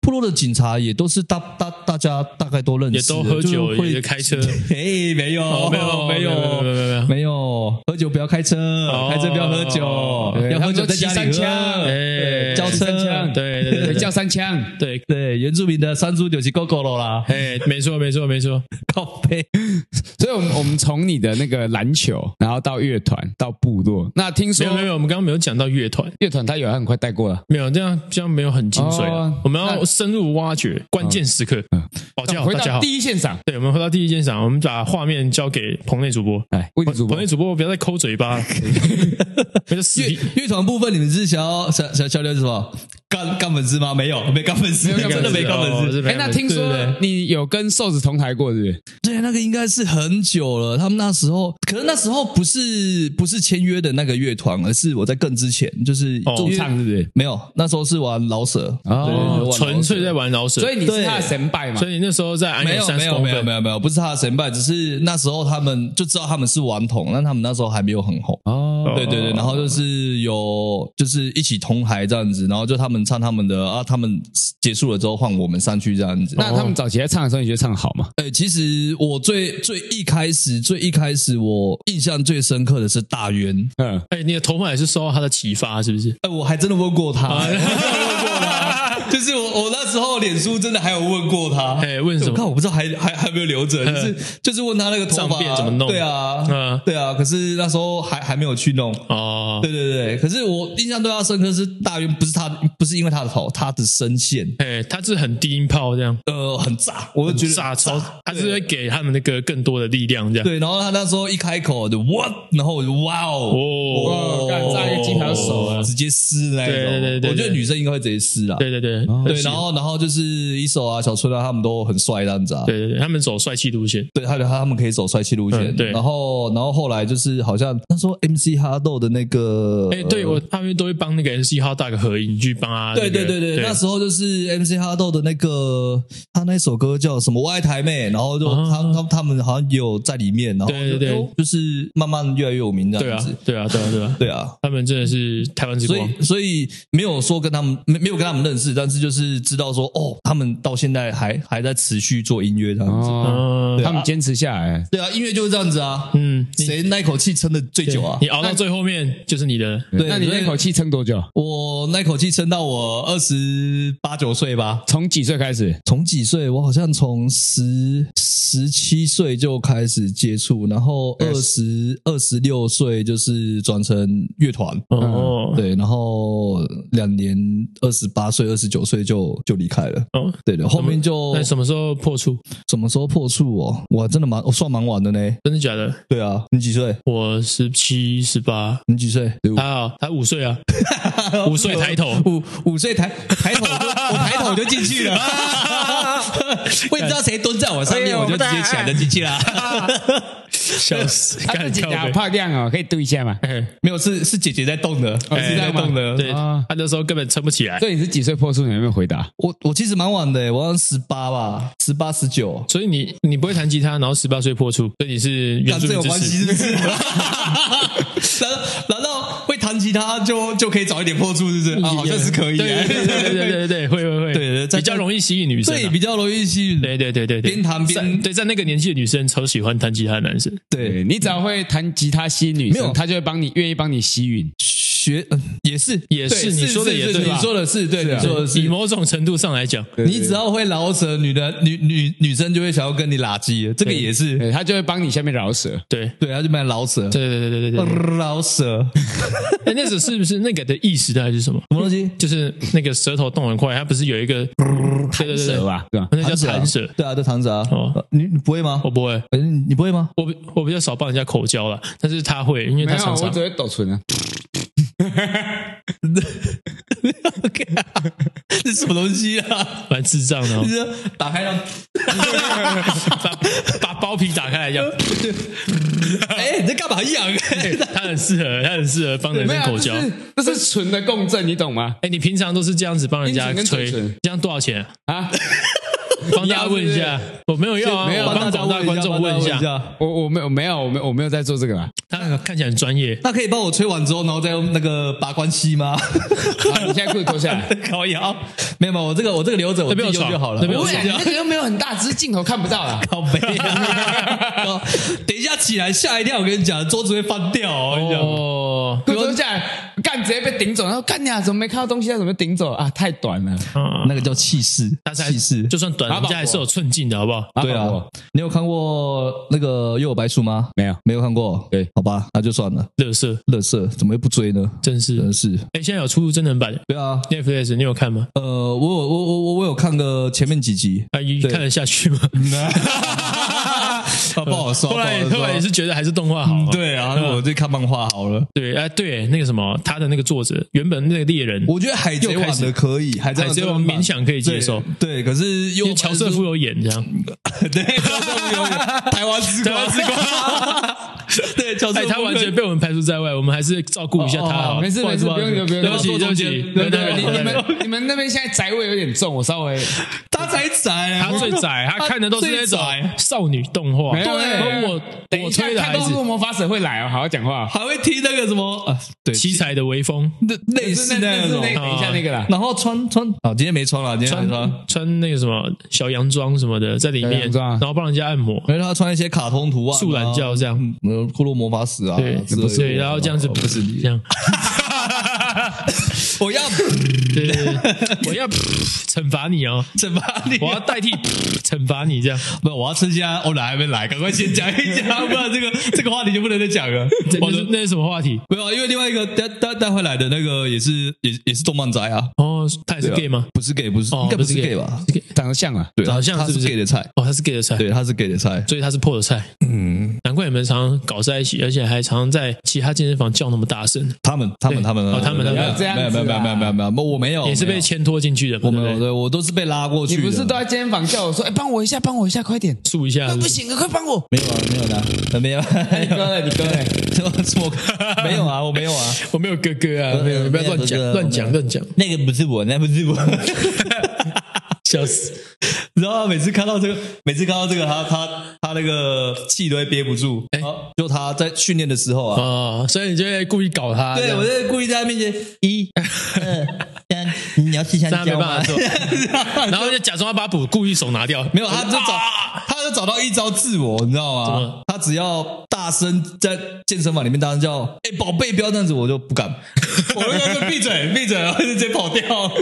Speaker 2: 部落的警察也都是大大大家大概都认
Speaker 1: 也
Speaker 2: 识的，
Speaker 1: 都喝酒，
Speaker 2: 就是
Speaker 1: 也
Speaker 2: 会
Speaker 1: 开车。
Speaker 2: 嘿，没有，
Speaker 1: 哦没有
Speaker 2: 没
Speaker 1: 没有没有没有没
Speaker 3: 啊
Speaker 1: 有
Speaker 2: 没有，喝酒不要开车，
Speaker 1: 哦
Speaker 2: 开车不要喝酒，
Speaker 3: 对
Speaker 2: 要喝酒在家
Speaker 3: 他们
Speaker 2: 里喝
Speaker 3: 都骑三枪，
Speaker 2: 对
Speaker 1: 哎
Speaker 2: 交车
Speaker 3: 骑三枪
Speaker 1: 对对对
Speaker 3: 对，
Speaker 1: 对
Speaker 3: 叫三枪。
Speaker 1: 对，
Speaker 2: 对，原住民的山猪酒是 GoGo 了啦，
Speaker 1: 哎，没错没错没错，
Speaker 2: 靠背。
Speaker 3: 所以，我们我们从你的那个篮球，然后到乐团，到部落。那听
Speaker 1: 没
Speaker 3: 说
Speaker 1: 有没有，我们刚刚没有讲到乐团。
Speaker 3: 乐团他有很快带过了，
Speaker 1: 没有，这样这样没有很精髓啊、
Speaker 3: 哦
Speaker 1: 我们要深入挖掘关键时刻。
Speaker 3: 嗯
Speaker 1: 保教
Speaker 3: 回
Speaker 1: 大家
Speaker 3: 到
Speaker 1: 好。
Speaker 3: 第一现场。
Speaker 1: 对，我们回到第一现场，我们把画面交给棚内主播。
Speaker 3: 哎，魏主播
Speaker 1: 棚内，主播不要再抠嘴 巴了，没有死皮。
Speaker 2: 乐乐团部分，你们是想要想想想了解什么？干干粉丝吗？没有，没干粉丝，
Speaker 3: 没有干粉丝
Speaker 2: 真的没干粉丝。
Speaker 1: 哦
Speaker 3: 哎，那听
Speaker 1: 对对
Speaker 3: 说
Speaker 1: 对
Speaker 3: 你有跟瘦子同台过，是不是？
Speaker 2: 对，那个应该是很久了。他们那时候，可能那时候不是不是签约的那个乐团，而是我在更之前，就是
Speaker 1: 哦
Speaker 2: 因
Speaker 3: 驻
Speaker 2: 为
Speaker 3: 唱，是不是？
Speaker 2: 没有，那时候是玩老舍，对对对玩
Speaker 1: 哦
Speaker 2: 老舍
Speaker 1: 纯粹在玩老舍，
Speaker 3: 所
Speaker 1: 所
Speaker 3: 以
Speaker 1: 以
Speaker 3: 你是
Speaker 2: 对
Speaker 3: 他的神拜嘛？
Speaker 1: 你那时候在安
Speaker 2: 没
Speaker 1: 有
Speaker 2: 有
Speaker 1: 三
Speaker 2: 没
Speaker 1: 十
Speaker 2: 有
Speaker 1: 公
Speaker 2: 没有
Speaker 1: 分
Speaker 2: 没，有没有，不是他的神拜，只是那时候他们就知道他们是顽童，但他们那时候还没有很红。
Speaker 3: 哦，
Speaker 2: 对对对，然后就是有就是一起同台这样子，然后就他们唱他们的啊，他们结束了之后换我们上去这样子。
Speaker 3: 那他们早期在唱的时候，你觉得唱得好吗？
Speaker 2: 哎、其实我最最一开始最一开始我印象最深刻的是大渊，
Speaker 3: 嗯，
Speaker 1: 哎、你的头发也是受到他的启发，是不是？
Speaker 2: 哎、我还真的问过他，我真的
Speaker 3: 哦
Speaker 2: 问过他， 就是我我那时候脸书真的还有问过他，
Speaker 1: 哎、问什
Speaker 2: 我
Speaker 1: 么？嗯
Speaker 2: 看我不知道还还还没有留着，就是就是问他那个头
Speaker 1: 上
Speaker 2: 发
Speaker 1: 辫怎么弄
Speaker 2: 对啊，
Speaker 1: 嗯
Speaker 2: 对啊，可是那时候还还没有去弄，
Speaker 1: 哦，
Speaker 2: 对对对，可是我印象对他深刻是大渊，不是他，不是因为他的头，他的声线，
Speaker 1: 哎、他是很低音炮这样，
Speaker 2: 呃，很炸，我就觉得
Speaker 1: 炸超，他是会
Speaker 2: 对
Speaker 1: 给他们那个更多的力量这样。
Speaker 2: 对，然后他那时候一开口就 what，然后我就哇哦，
Speaker 1: 哦
Speaker 3: 哇干炸一个鸡排手啊
Speaker 2: 直接撕那一种，
Speaker 1: 对对对对对
Speaker 2: 我觉得女生应该会直接撕啦，
Speaker 1: 对对对，
Speaker 2: 对，哦然后然后就是一手啊，小春啊，他们都很帅这样子啊，
Speaker 1: 对对对，他们走帅气路线，
Speaker 2: 对，他的他们可以走帅气路线。
Speaker 1: 嗯对
Speaker 2: 然后然后后来就是好像那时候 MC 哈豆的那个，
Speaker 1: 哎、对我他们都会帮那个 MC 号大个合影，去帮他、那
Speaker 2: 对
Speaker 1: 个
Speaker 2: 呃
Speaker 1: 啊
Speaker 2: 对对对，那时候就是 MC 哈豆的那个，他那首歌叫什么？我爱台妹，然后就
Speaker 1: 啊
Speaker 2: 他他他们好像也有在里面，然后
Speaker 1: 对对
Speaker 2: 就
Speaker 1: 对
Speaker 2: 哦就是慢慢越来越有名这
Speaker 1: 对
Speaker 2: 样
Speaker 1: 啊
Speaker 2: 子。，
Speaker 1: 对啊，对啊，对啊，
Speaker 2: 对啊，
Speaker 1: 他们真的是台湾之
Speaker 2: 所
Speaker 1: 光。
Speaker 2: 以所以没有说跟他们没没有跟他们认识，但是就是知道说哦，他们到现在还还在持续做音乐这样子。
Speaker 3: 哦，
Speaker 1: 嗯，
Speaker 3: 他们坚持下来，
Speaker 2: 对啊，音乐就是这样子啊。
Speaker 1: 嗯，你
Speaker 2: 谁那一口气撑的最久啊
Speaker 1: 你？熬到最后面就是你的，
Speaker 2: 对
Speaker 3: 那你
Speaker 2: 所以
Speaker 3: 那口气撑多久？
Speaker 2: 我那口气撑到我二十八九岁吧。
Speaker 3: 从几岁开始？
Speaker 2: 从几岁？我好像从十十七岁就开始接触，然后二十二十六岁就是转成乐团，
Speaker 1: 哦，
Speaker 2: 对，然后两年二十八岁、二十九岁就就离开了。
Speaker 1: 哦，
Speaker 2: 对的，后面就
Speaker 1: 那什么时候破处？
Speaker 2: 什么时候破处哦？我真的蛮我算蛮晚的呢。
Speaker 1: 真的假的？
Speaker 2: 对啊，你几岁？
Speaker 1: 我十七、十八，
Speaker 2: 你几岁？
Speaker 1: 还好，他五岁啊， 五岁抬头
Speaker 2: 五五岁抬
Speaker 1: 哎
Speaker 2: 抬头就，我抬头就进去了。我也不知道谁蹲在我上面，我就
Speaker 4: 就直接起来扔进去啦。
Speaker 1: 笑死，
Speaker 3: 他自
Speaker 1: 干
Speaker 3: 己
Speaker 1: 跳
Speaker 3: 讲
Speaker 1: 呗。
Speaker 3: 怕亮哦，可以嘟一下吗？
Speaker 1: 哎
Speaker 4: 没有，是是姐姐在动的，
Speaker 3: 哦
Speaker 4: 姐姐在动的。
Speaker 1: 对
Speaker 3: 啊
Speaker 1: 他那时候根本撑不起来，
Speaker 3: 所以你是几岁破处？你有没有回答？
Speaker 2: 我我其实蛮晚的欸，我好像十八吧，十八十九。
Speaker 1: 所以你你不会弹吉他，然后十八岁破处，所以你是原
Speaker 2: 跟
Speaker 1: 住
Speaker 2: 这
Speaker 1: 民
Speaker 2: 有
Speaker 1: 之
Speaker 2: 关系
Speaker 1: 士。
Speaker 2: 是不是？ 难道难道会弹吉他就就可以早一点破处是不是？啊，好像是可以
Speaker 1: 嗯对
Speaker 2: 欸。
Speaker 1: 对对对对对对，会会会，
Speaker 2: 对对在
Speaker 1: 比较容易吸引女生啊。
Speaker 2: 对，比较容易吸引。
Speaker 1: 对对对对对，
Speaker 2: 边弹边
Speaker 1: 在对，在那个年纪的女生超喜欢弹吉他的男生，
Speaker 2: 对，
Speaker 3: 你只要会弹吉他吸引女
Speaker 2: 没
Speaker 3: 生，
Speaker 2: 有
Speaker 3: 他就会帮你愿意帮你吸引。
Speaker 2: 学嗯也是
Speaker 1: 也是
Speaker 2: 对
Speaker 1: 你说的也
Speaker 2: 是
Speaker 1: 对吧啊
Speaker 2: 你说的是对，你说的
Speaker 1: 以
Speaker 2: 是。
Speaker 1: 某种程度上来讲，
Speaker 2: 你只要会饶舌，女的女女女生就会想要跟你拉鸡了，这个也是。
Speaker 3: 对，他就会帮你下面饶舌。
Speaker 1: 对
Speaker 2: 对，她就蛮饶舌，
Speaker 1: 对对对对对对。
Speaker 2: 饶舌
Speaker 1: 哎，那时候是不是那个的意识大概是什么？
Speaker 2: 什么东西？
Speaker 1: 就是那个舌头动很快，它不是有一个对对对
Speaker 3: 舌
Speaker 1: 对，
Speaker 3: 吧，对吧？
Speaker 1: 那叫弹舌。
Speaker 2: 对啊，就弹舌啊
Speaker 1: 哦。
Speaker 2: 呃你你不会吗
Speaker 1: 我？不会，
Speaker 2: 呃你你不 会吗？
Speaker 1: 我比我比较少帮人家口交了，但是他会，因为
Speaker 3: 没
Speaker 1: 他
Speaker 3: 有，
Speaker 1: 常
Speaker 3: 我
Speaker 1: 常
Speaker 3: 只会抖唇啊。
Speaker 2: 这什么东西啊？
Speaker 1: 蛮智障的、哦
Speaker 2: 就， 是 打开让，
Speaker 1: 把把包皮打开来讲，
Speaker 2: 哎，你在干嘛痒？
Speaker 1: 哎他很适合，他很适合帮男
Speaker 3: 没
Speaker 1: 生
Speaker 3: 有，
Speaker 1: 口交。
Speaker 3: 这
Speaker 1: 哎、
Speaker 3: 是这是唇的共振，你懂吗？
Speaker 1: 你平常都是这样子帮人家
Speaker 3: 阴唇跟
Speaker 1: 吹，
Speaker 3: 嘴唇
Speaker 1: 这样多少钱、啊？
Speaker 3: 啊，
Speaker 1: 帮大家问一下，我没有要啊，
Speaker 3: 没有
Speaker 1: 我帮广大观众问一下，，
Speaker 3: 我我没有没有我没有我没有在做这个啦。
Speaker 1: 他看起来很专业。
Speaker 2: 那可以帮我吹完之后，然后再用那个拔关系 吗？
Speaker 3: 好你现在裤子脱下来。
Speaker 2: 高腰没有没有，我这个我这个留着，我自己用就好了。
Speaker 1: 那边有
Speaker 3: 不
Speaker 1: 床
Speaker 3: 会啊，你那个又没有很大，只是镜头看不 到啦。
Speaker 2: 靠背、啊，等一下起来吓一跳，我跟你讲，桌子会翻掉、哦，我跟你讲。
Speaker 1: 哦，
Speaker 3: 裤子脱下来，干直接被顶走。然后干你啊，怎么没看到东西啊？怎么被顶走啊？太短了。
Speaker 1: 嗯
Speaker 2: 那个叫气势，
Speaker 1: 他才
Speaker 2: 气势。
Speaker 1: 就算短，
Speaker 3: 马
Speaker 1: 人
Speaker 3: 保
Speaker 1: 家还是有寸进的，好不好？
Speaker 2: 对
Speaker 3: 麻
Speaker 2: 啊
Speaker 3: 烦我，
Speaker 2: 你有看过那个《又有白书》吗？
Speaker 3: 没有。
Speaker 2: 没有看过。
Speaker 3: 对，
Speaker 2: 好吧，那就算了。
Speaker 1: 乐色，
Speaker 2: 乐色怎么会不追呢？
Speaker 1: 真是
Speaker 2: 真。的是，
Speaker 1: 哎、现在有出真人版
Speaker 2: 对啊，
Speaker 1: Netflix，你有看吗？
Speaker 2: 呃，我有我我我我有看个前面几 集，
Speaker 1: 啊，你
Speaker 2: 对
Speaker 1: 看得下去 吗？
Speaker 3: 哦
Speaker 2: 啊，不好说。
Speaker 1: 后来
Speaker 2: 不好说
Speaker 1: 后来也是觉得还是动画好
Speaker 3: 嗯
Speaker 1: 啊、
Speaker 2: 对啊，那我就看漫画好了。
Speaker 1: 对，哎、对，那个什么，他的那个作者原本那个猎人，
Speaker 2: 我觉得《海贼王
Speaker 1: 又开》始
Speaker 2: 的可以，《海
Speaker 1: 海贼王
Speaker 2: 真的
Speaker 1: 勉强可以接受，
Speaker 2: 对，对可是
Speaker 1: 因
Speaker 2: 又
Speaker 1: 为乔瑟夫有演这样。
Speaker 2: 对，乔瑟夫有点台湾之
Speaker 1: 台湾之
Speaker 2: 光， 对，
Speaker 3: 哦
Speaker 2: 乔瑟
Speaker 1: 哎，
Speaker 2: 夫
Speaker 1: 他完全被我们排除在外，我们还是照顾一下他啊好了。
Speaker 3: 没事
Speaker 1: 好意
Speaker 3: 没
Speaker 1: 思
Speaker 3: 事，不用
Speaker 1: 好
Speaker 3: 不
Speaker 1: 意
Speaker 3: 用
Speaker 1: 思
Speaker 3: 不
Speaker 1: 对不起对不
Speaker 2: 不要坐
Speaker 3: 用。
Speaker 2: 中
Speaker 1: 起
Speaker 2: 间，
Speaker 1: 对
Speaker 3: 对
Speaker 1: 对
Speaker 3: 你你
Speaker 1: 对
Speaker 3: 们
Speaker 1: 对。
Speaker 3: 你们那边现在宅味有点重，我稍微
Speaker 2: 他才宅，啊
Speaker 1: 他最窄，他看的都是那种少女动画。
Speaker 3: 没有没有没有
Speaker 1: 我
Speaker 3: 等
Speaker 1: 我
Speaker 3: 一下
Speaker 1: 推的
Speaker 3: 看
Speaker 1: 孩
Speaker 3: 到
Speaker 1: 子
Speaker 3: 恶，魔法使会来哦，好好讲话。
Speaker 2: 还会踢那个什么啊？对，
Speaker 1: 七彩的微风，
Speaker 2: 那类似那
Speaker 3: 是
Speaker 2: 种
Speaker 3: 那，啊等一下那个啦，
Speaker 2: 然后穿穿啊，今天没穿了，今天
Speaker 1: 穿
Speaker 2: 没穿。
Speaker 1: 穿那个什么小洋装什么的在里
Speaker 3: 小
Speaker 1: 面，
Speaker 3: 洋装啊
Speaker 1: 然后帮人家按摩，
Speaker 2: 然后他穿一些卡通图案啊，
Speaker 1: 素懒觉这样。
Speaker 2: 嗯，骷髅魔法使啊，
Speaker 1: 对
Speaker 2: 之类的
Speaker 1: 对，然后这样子
Speaker 2: 哦不是你
Speaker 1: 这，样，
Speaker 2: 我要
Speaker 1: 对对对，我要 惩罚你哦，
Speaker 2: 惩罚你，
Speaker 1: 我要代替 惩罚你这样。
Speaker 2: 不，我要趁现在欧兰还没来，赶快先讲一讲，不 然这个这个话题就不能再讲了。
Speaker 1: 这
Speaker 2: 我
Speaker 1: 哦那
Speaker 2: 的
Speaker 1: 是那是什么话题？
Speaker 2: 没有，因为另外一个带带带回来的那个也是也也是动漫宅啊，
Speaker 1: 哦，他也是 gay 吗？
Speaker 2: 不是 gay，不是
Speaker 1: 哦
Speaker 2: 应该不是
Speaker 1: 不是
Speaker 2: gay
Speaker 1: gay
Speaker 2: 吧？
Speaker 3: 长得像啊。
Speaker 2: 对，
Speaker 1: 好像
Speaker 2: 他
Speaker 1: 是不是
Speaker 2: gay 的菜？
Speaker 1: 哦，他是 gay 的菜，
Speaker 2: 对，他是 gay 的菜。
Speaker 1: 所以他是破的菜。
Speaker 2: 嗯，
Speaker 1: 难怪你们常常搞在一起，而且还常在其他健身房叫那么大声，
Speaker 2: 他们他们
Speaker 1: 对
Speaker 2: 他们
Speaker 1: 哦他们
Speaker 2: 没
Speaker 1: 他们
Speaker 2: 有没有
Speaker 3: 这样子
Speaker 2: 没有没有
Speaker 3: 啊
Speaker 2: 没有没有没有没有，我没有，
Speaker 1: 也是
Speaker 2: 哦没
Speaker 1: 被
Speaker 2: 有
Speaker 1: 牵拖进去的嘛，
Speaker 2: 我
Speaker 1: 对
Speaker 2: 没有，
Speaker 1: 不对？
Speaker 2: 对我都是被拉过去
Speaker 3: 你
Speaker 2: 的。
Speaker 3: 不是都在健身房叫我说，哎，帮我一下，帮我一下，快点！
Speaker 1: 竖一下，
Speaker 3: 不行了，快帮我！
Speaker 2: 没有啊没有的啊，没有
Speaker 3: 哎你哥嘞，你哥嘞，
Speaker 2: 错没有啊，我没有啊。
Speaker 1: 我没有哥哥啊，没有，你不要乱讲，乱讲，乱讲，，
Speaker 2: 那个不是我，那不是我。
Speaker 1: 笑死！
Speaker 2: 然后每次看到这个，每次看到这个，他他他那个气都会憋不住。哎、就他在训练的时候啊，
Speaker 1: 哦，所以你就会故意搞他，这
Speaker 2: 对
Speaker 1: 样
Speaker 2: 我在故意在他面前一、二、三，你要吃香
Speaker 1: 让他没
Speaker 2: 蕉
Speaker 1: 办
Speaker 2: 吗
Speaker 1: 法？做，然后就假装要把补，故意手拿掉，
Speaker 2: 没有，他就找、
Speaker 1: 啊
Speaker 2: 他就找到一招自我，你知道
Speaker 1: 怎
Speaker 2: 吗
Speaker 1: 么？
Speaker 2: 他只要大声在健身房里面大声叫“哎、宝贝，不要这样子”，我就不敢， 我就说闭嘴闭嘴，然后就直接跑掉。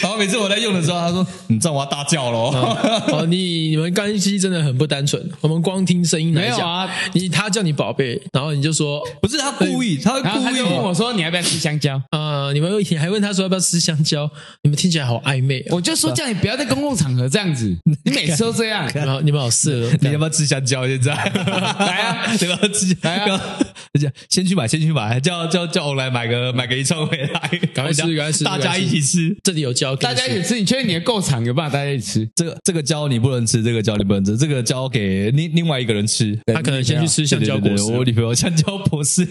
Speaker 2: 然后每次我在用的时候，他说：“你这样我要大叫咯。嗯
Speaker 1: 哦，你你们关系真的很不单纯。我们光听声音来
Speaker 3: 没有
Speaker 1: 讲，
Speaker 3: 啊
Speaker 1: 你他叫你宝贝，然后你就说，
Speaker 2: 不是他故意，他
Speaker 3: 然后
Speaker 2: 故
Speaker 3: 他就问
Speaker 2: 意。
Speaker 3: 我说，你要不要吃香蕉？
Speaker 1: 呃，你们你还问他说要不要吃香蕉，说你们听起来好暧昧、啊，
Speaker 3: 我就说叫你不要在公共场合这样子， 你每次都这样。
Speaker 1: 你们好你们好色哦，
Speaker 2: 你要不要吃香蕉？现在来啊，你要不要吃？
Speaker 3: 来啊！
Speaker 2: 先去买，先去买，叫叫叫欧来买个买个一串回来，
Speaker 1: 赶快吃赶快吃
Speaker 2: 大
Speaker 1: 赶
Speaker 2: 家
Speaker 1: 快吃
Speaker 2: 一起吃。
Speaker 1: 这里有胶，
Speaker 3: 大家一起吃，你确定你的够长有办法大家一起吃？
Speaker 2: 这个这个蕉你不能吃，这个蕉你不能吃，这个蕉给另另外一个人吃。啊
Speaker 1: 他可能先去吃香蕉果
Speaker 2: 对对对
Speaker 1: 实
Speaker 2: 对我女朋友香蕉博士，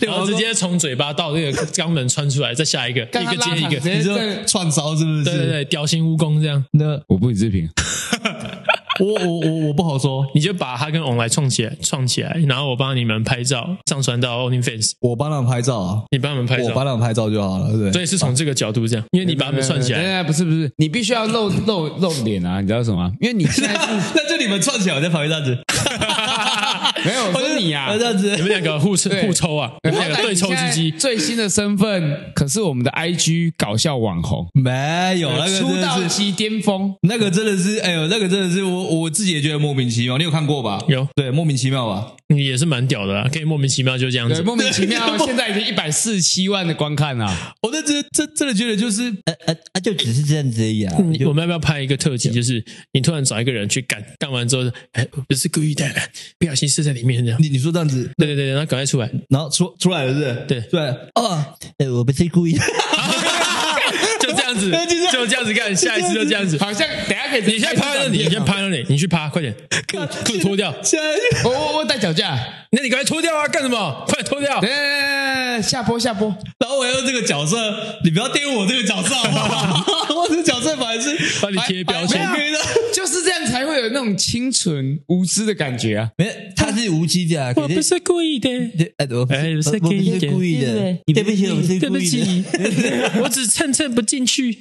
Speaker 1: 然后直接从嘴巴到那个肛门穿出来，再下一个，
Speaker 3: 干
Speaker 1: 一
Speaker 3: 他
Speaker 1: 个
Speaker 3: 拉
Speaker 1: 接一
Speaker 3: 长
Speaker 1: 个
Speaker 3: 直，接
Speaker 2: 你说
Speaker 3: 在
Speaker 2: 串烧是不是？
Speaker 1: 哎对对对，屌型蜈蚣这样，
Speaker 2: 那
Speaker 3: 我不予置评。
Speaker 2: 我我我我不好说，
Speaker 1: 你就把他跟翁来创起来，创起来，然后我帮你们拍照，上传到 OnlyFans，
Speaker 2: 我帮他们拍照啊，
Speaker 1: 你帮他们拍
Speaker 2: 我
Speaker 1: 照
Speaker 2: 帮，他们拍照就好了，对不对？
Speaker 1: 所以是从这个角度这样，因为你把他们串起
Speaker 3: 对
Speaker 1: 来，
Speaker 3: 对对不是不是，你必须要露露露脸啊！你知道什么吗？因为你现在是
Speaker 2: 那就你们串起来，我在旁边这 样子，
Speaker 3: 没有，我说你呀、
Speaker 2: 我这样子
Speaker 1: 你，们啊两个互抽
Speaker 3: 对
Speaker 1: 互抽啊，你
Speaker 3: 然
Speaker 1: 们
Speaker 3: 后
Speaker 1: 两个对抽之机，
Speaker 3: 最新的身份可是我们的 IG 搞笑网红，
Speaker 2: 没有那个真
Speaker 3: 出
Speaker 2: 的
Speaker 3: 道
Speaker 2: 是。
Speaker 3: 即巅峰。
Speaker 2: 那个真的是，哎呦，那个真的是我我自己也觉得莫名其妙。你有看过吧？
Speaker 1: 有
Speaker 2: 对，莫名其妙吧？
Speaker 1: 你嗯也是蛮屌的啦，啊可以莫名其妙就这样
Speaker 3: 对，
Speaker 1: 子，
Speaker 3: 莫名其妙，现在已经一百四十七万的观看了。
Speaker 2: 我哦这这这真的觉得就是，呃呃啊，就只是这样子而已啊
Speaker 1: 你嗯我们要不要拍一个特辑？就是你突然找一个人去干，干完之后，哎，我不是故意的，哎不小心射在里面这样。
Speaker 2: 你你说这样子，
Speaker 1: 对对对，然后赶快出来，
Speaker 2: 然后出出来了是不是？
Speaker 1: 对
Speaker 2: 对，哦，哎，我不是故意，
Speaker 1: 就这样子，就这样子干，下一次就这样子。
Speaker 3: 好像等一下可以，
Speaker 1: 你先趴那 里，你先。趴那里，你去趴，快 点，裤子脱掉。
Speaker 2: 现在
Speaker 3: 我我我带脚架，
Speaker 1: 那你赶快脱掉啊，干什么？快脱掉
Speaker 3: 等！等等等下播下播。
Speaker 2: 然后我用这个角色，你不要玷污我这个角色好不好？我这个角色反而是
Speaker 1: 帮你贴标签
Speaker 2: 还还 OK 的。
Speaker 3: 就是这样才会有那种清纯无知的感觉啊！
Speaker 2: 没，他是无稽的，肯定。
Speaker 1: 是故意的，
Speaker 2: 对，哎，我不
Speaker 1: 哎我
Speaker 2: 是
Speaker 1: 是
Speaker 2: 我不
Speaker 1: 故意
Speaker 2: 是
Speaker 1: 的
Speaker 2: 故意的，对不起，我不是故意的。，
Speaker 1: 我只蹭蹭不进去，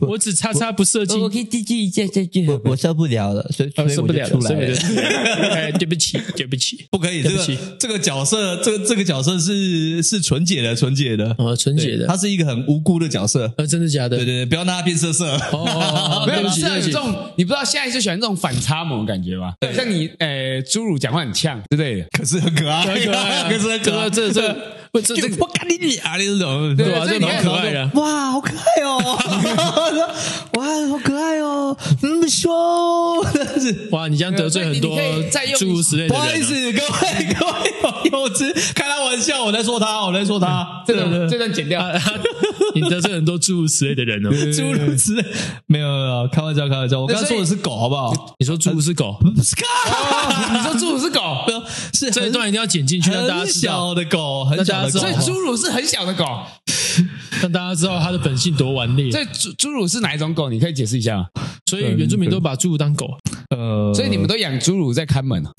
Speaker 1: 我只叉叉不射进
Speaker 5: 我可以继续一下下去。
Speaker 2: 我我受不了了，所以所
Speaker 1: 呃
Speaker 2: 以
Speaker 1: 受
Speaker 2: 我
Speaker 1: 不
Speaker 2: 就
Speaker 1: 了
Speaker 2: 出
Speaker 1: 了，
Speaker 2: 来
Speaker 1: 受不
Speaker 2: 了
Speaker 1: 了。了。哎，对不起，对不起。
Speaker 2: 不可以，
Speaker 1: 对
Speaker 2: 这
Speaker 1: 不
Speaker 2: 个
Speaker 1: 起
Speaker 2: 这个角色，这个这个角色是是纯洁的，纯洁哦的，
Speaker 1: 呃，纯洁的
Speaker 2: 他，是一个很无辜的角色。
Speaker 1: 呃，真的假的
Speaker 2: 对？对对，不要让他变色色。
Speaker 1: 哦哦，哦
Speaker 3: 没
Speaker 1: 对
Speaker 3: 有，
Speaker 1: 不
Speaker 3: 是
Speaker 1: 起，
Speaker 3: 要
Speaker 1: 对
Speaker 3: 有
Speaker 1: 不
Speaker 3: 这
Speaker 1: 起。
Speaker 3: 种，你不知道现在是喜欢这种反差萌的感觉吧？对，像你，呃，侏儒讲话很呛之类的，
Speaker 2: 可是很可爱，
Speaker 1: 很可爱啊
Speaker 2: 可是很可爱，
Speaker 1: 这这这
Speaker 2: 我这 这我干你俩，你懂？
Speaker 1: 对啊，
Speaker 3: 所以
Speaker 1: 这
Speaker 3: 你
Speaker 1: 蛮
Speaker 3: 看
Speaker 1: 可爱的。
Speaker 2: 哇，好可爱哦！ 哇，好可爱哦！嗯，凶，但是
Speaker 1: 哇，你这样得罪 很多
Speaker 3: 对你可以再用一
Speaker 1: 诸如此类
Speaker 2: 不
Speaker 1: 的
Speaker 2: 好意
Speaker 1: 人
Speaker 2: 思
Speaker 1: 啊。，
Speaker 2: 各位 各位朋友，我只是开他玩笑，我在说他，我在说他，
Speaker 3: 这段这段剪掉。
Speaker 1: 啊你得罪很多诸如此类的人哦。
Speaker 2: 诸如此类，没有没有，开玩笑开玩笑，我刚才
Speaker 3: 所
Speaker 2: 说
Speaker 3: 以
Speaker 2: 的是狗，好不好？
Speaker 1: 你说猪是狗，
Speaker 2: 不是狗，
Speaker 3: 你说侏儒是狗，
Speaker 2: 没有是
Speaker 1: 这一
Speaker 2: 很
Speaker 1: 段一定要剪进去，让大家
Speaker 2: 很
Speaker 1: 知道，
Speaker 2: 小的狗，很小的
Speaker 1: 让大家知
Speaker 2: 狗
Speaker 1: 道，
Speaker 3: 所以侏儒是很小的狗，
Speaker 1: 让大家知道它的本性多顽劣。
Speaker 3: 所以侏侏儒是哪一种狗？你可以解释一下吗？
Speaker 1: 所以原住民都把猪当狗，
Speaker 2: 呃，
Speaker 3: 所以你们都养侏儒在看门啊？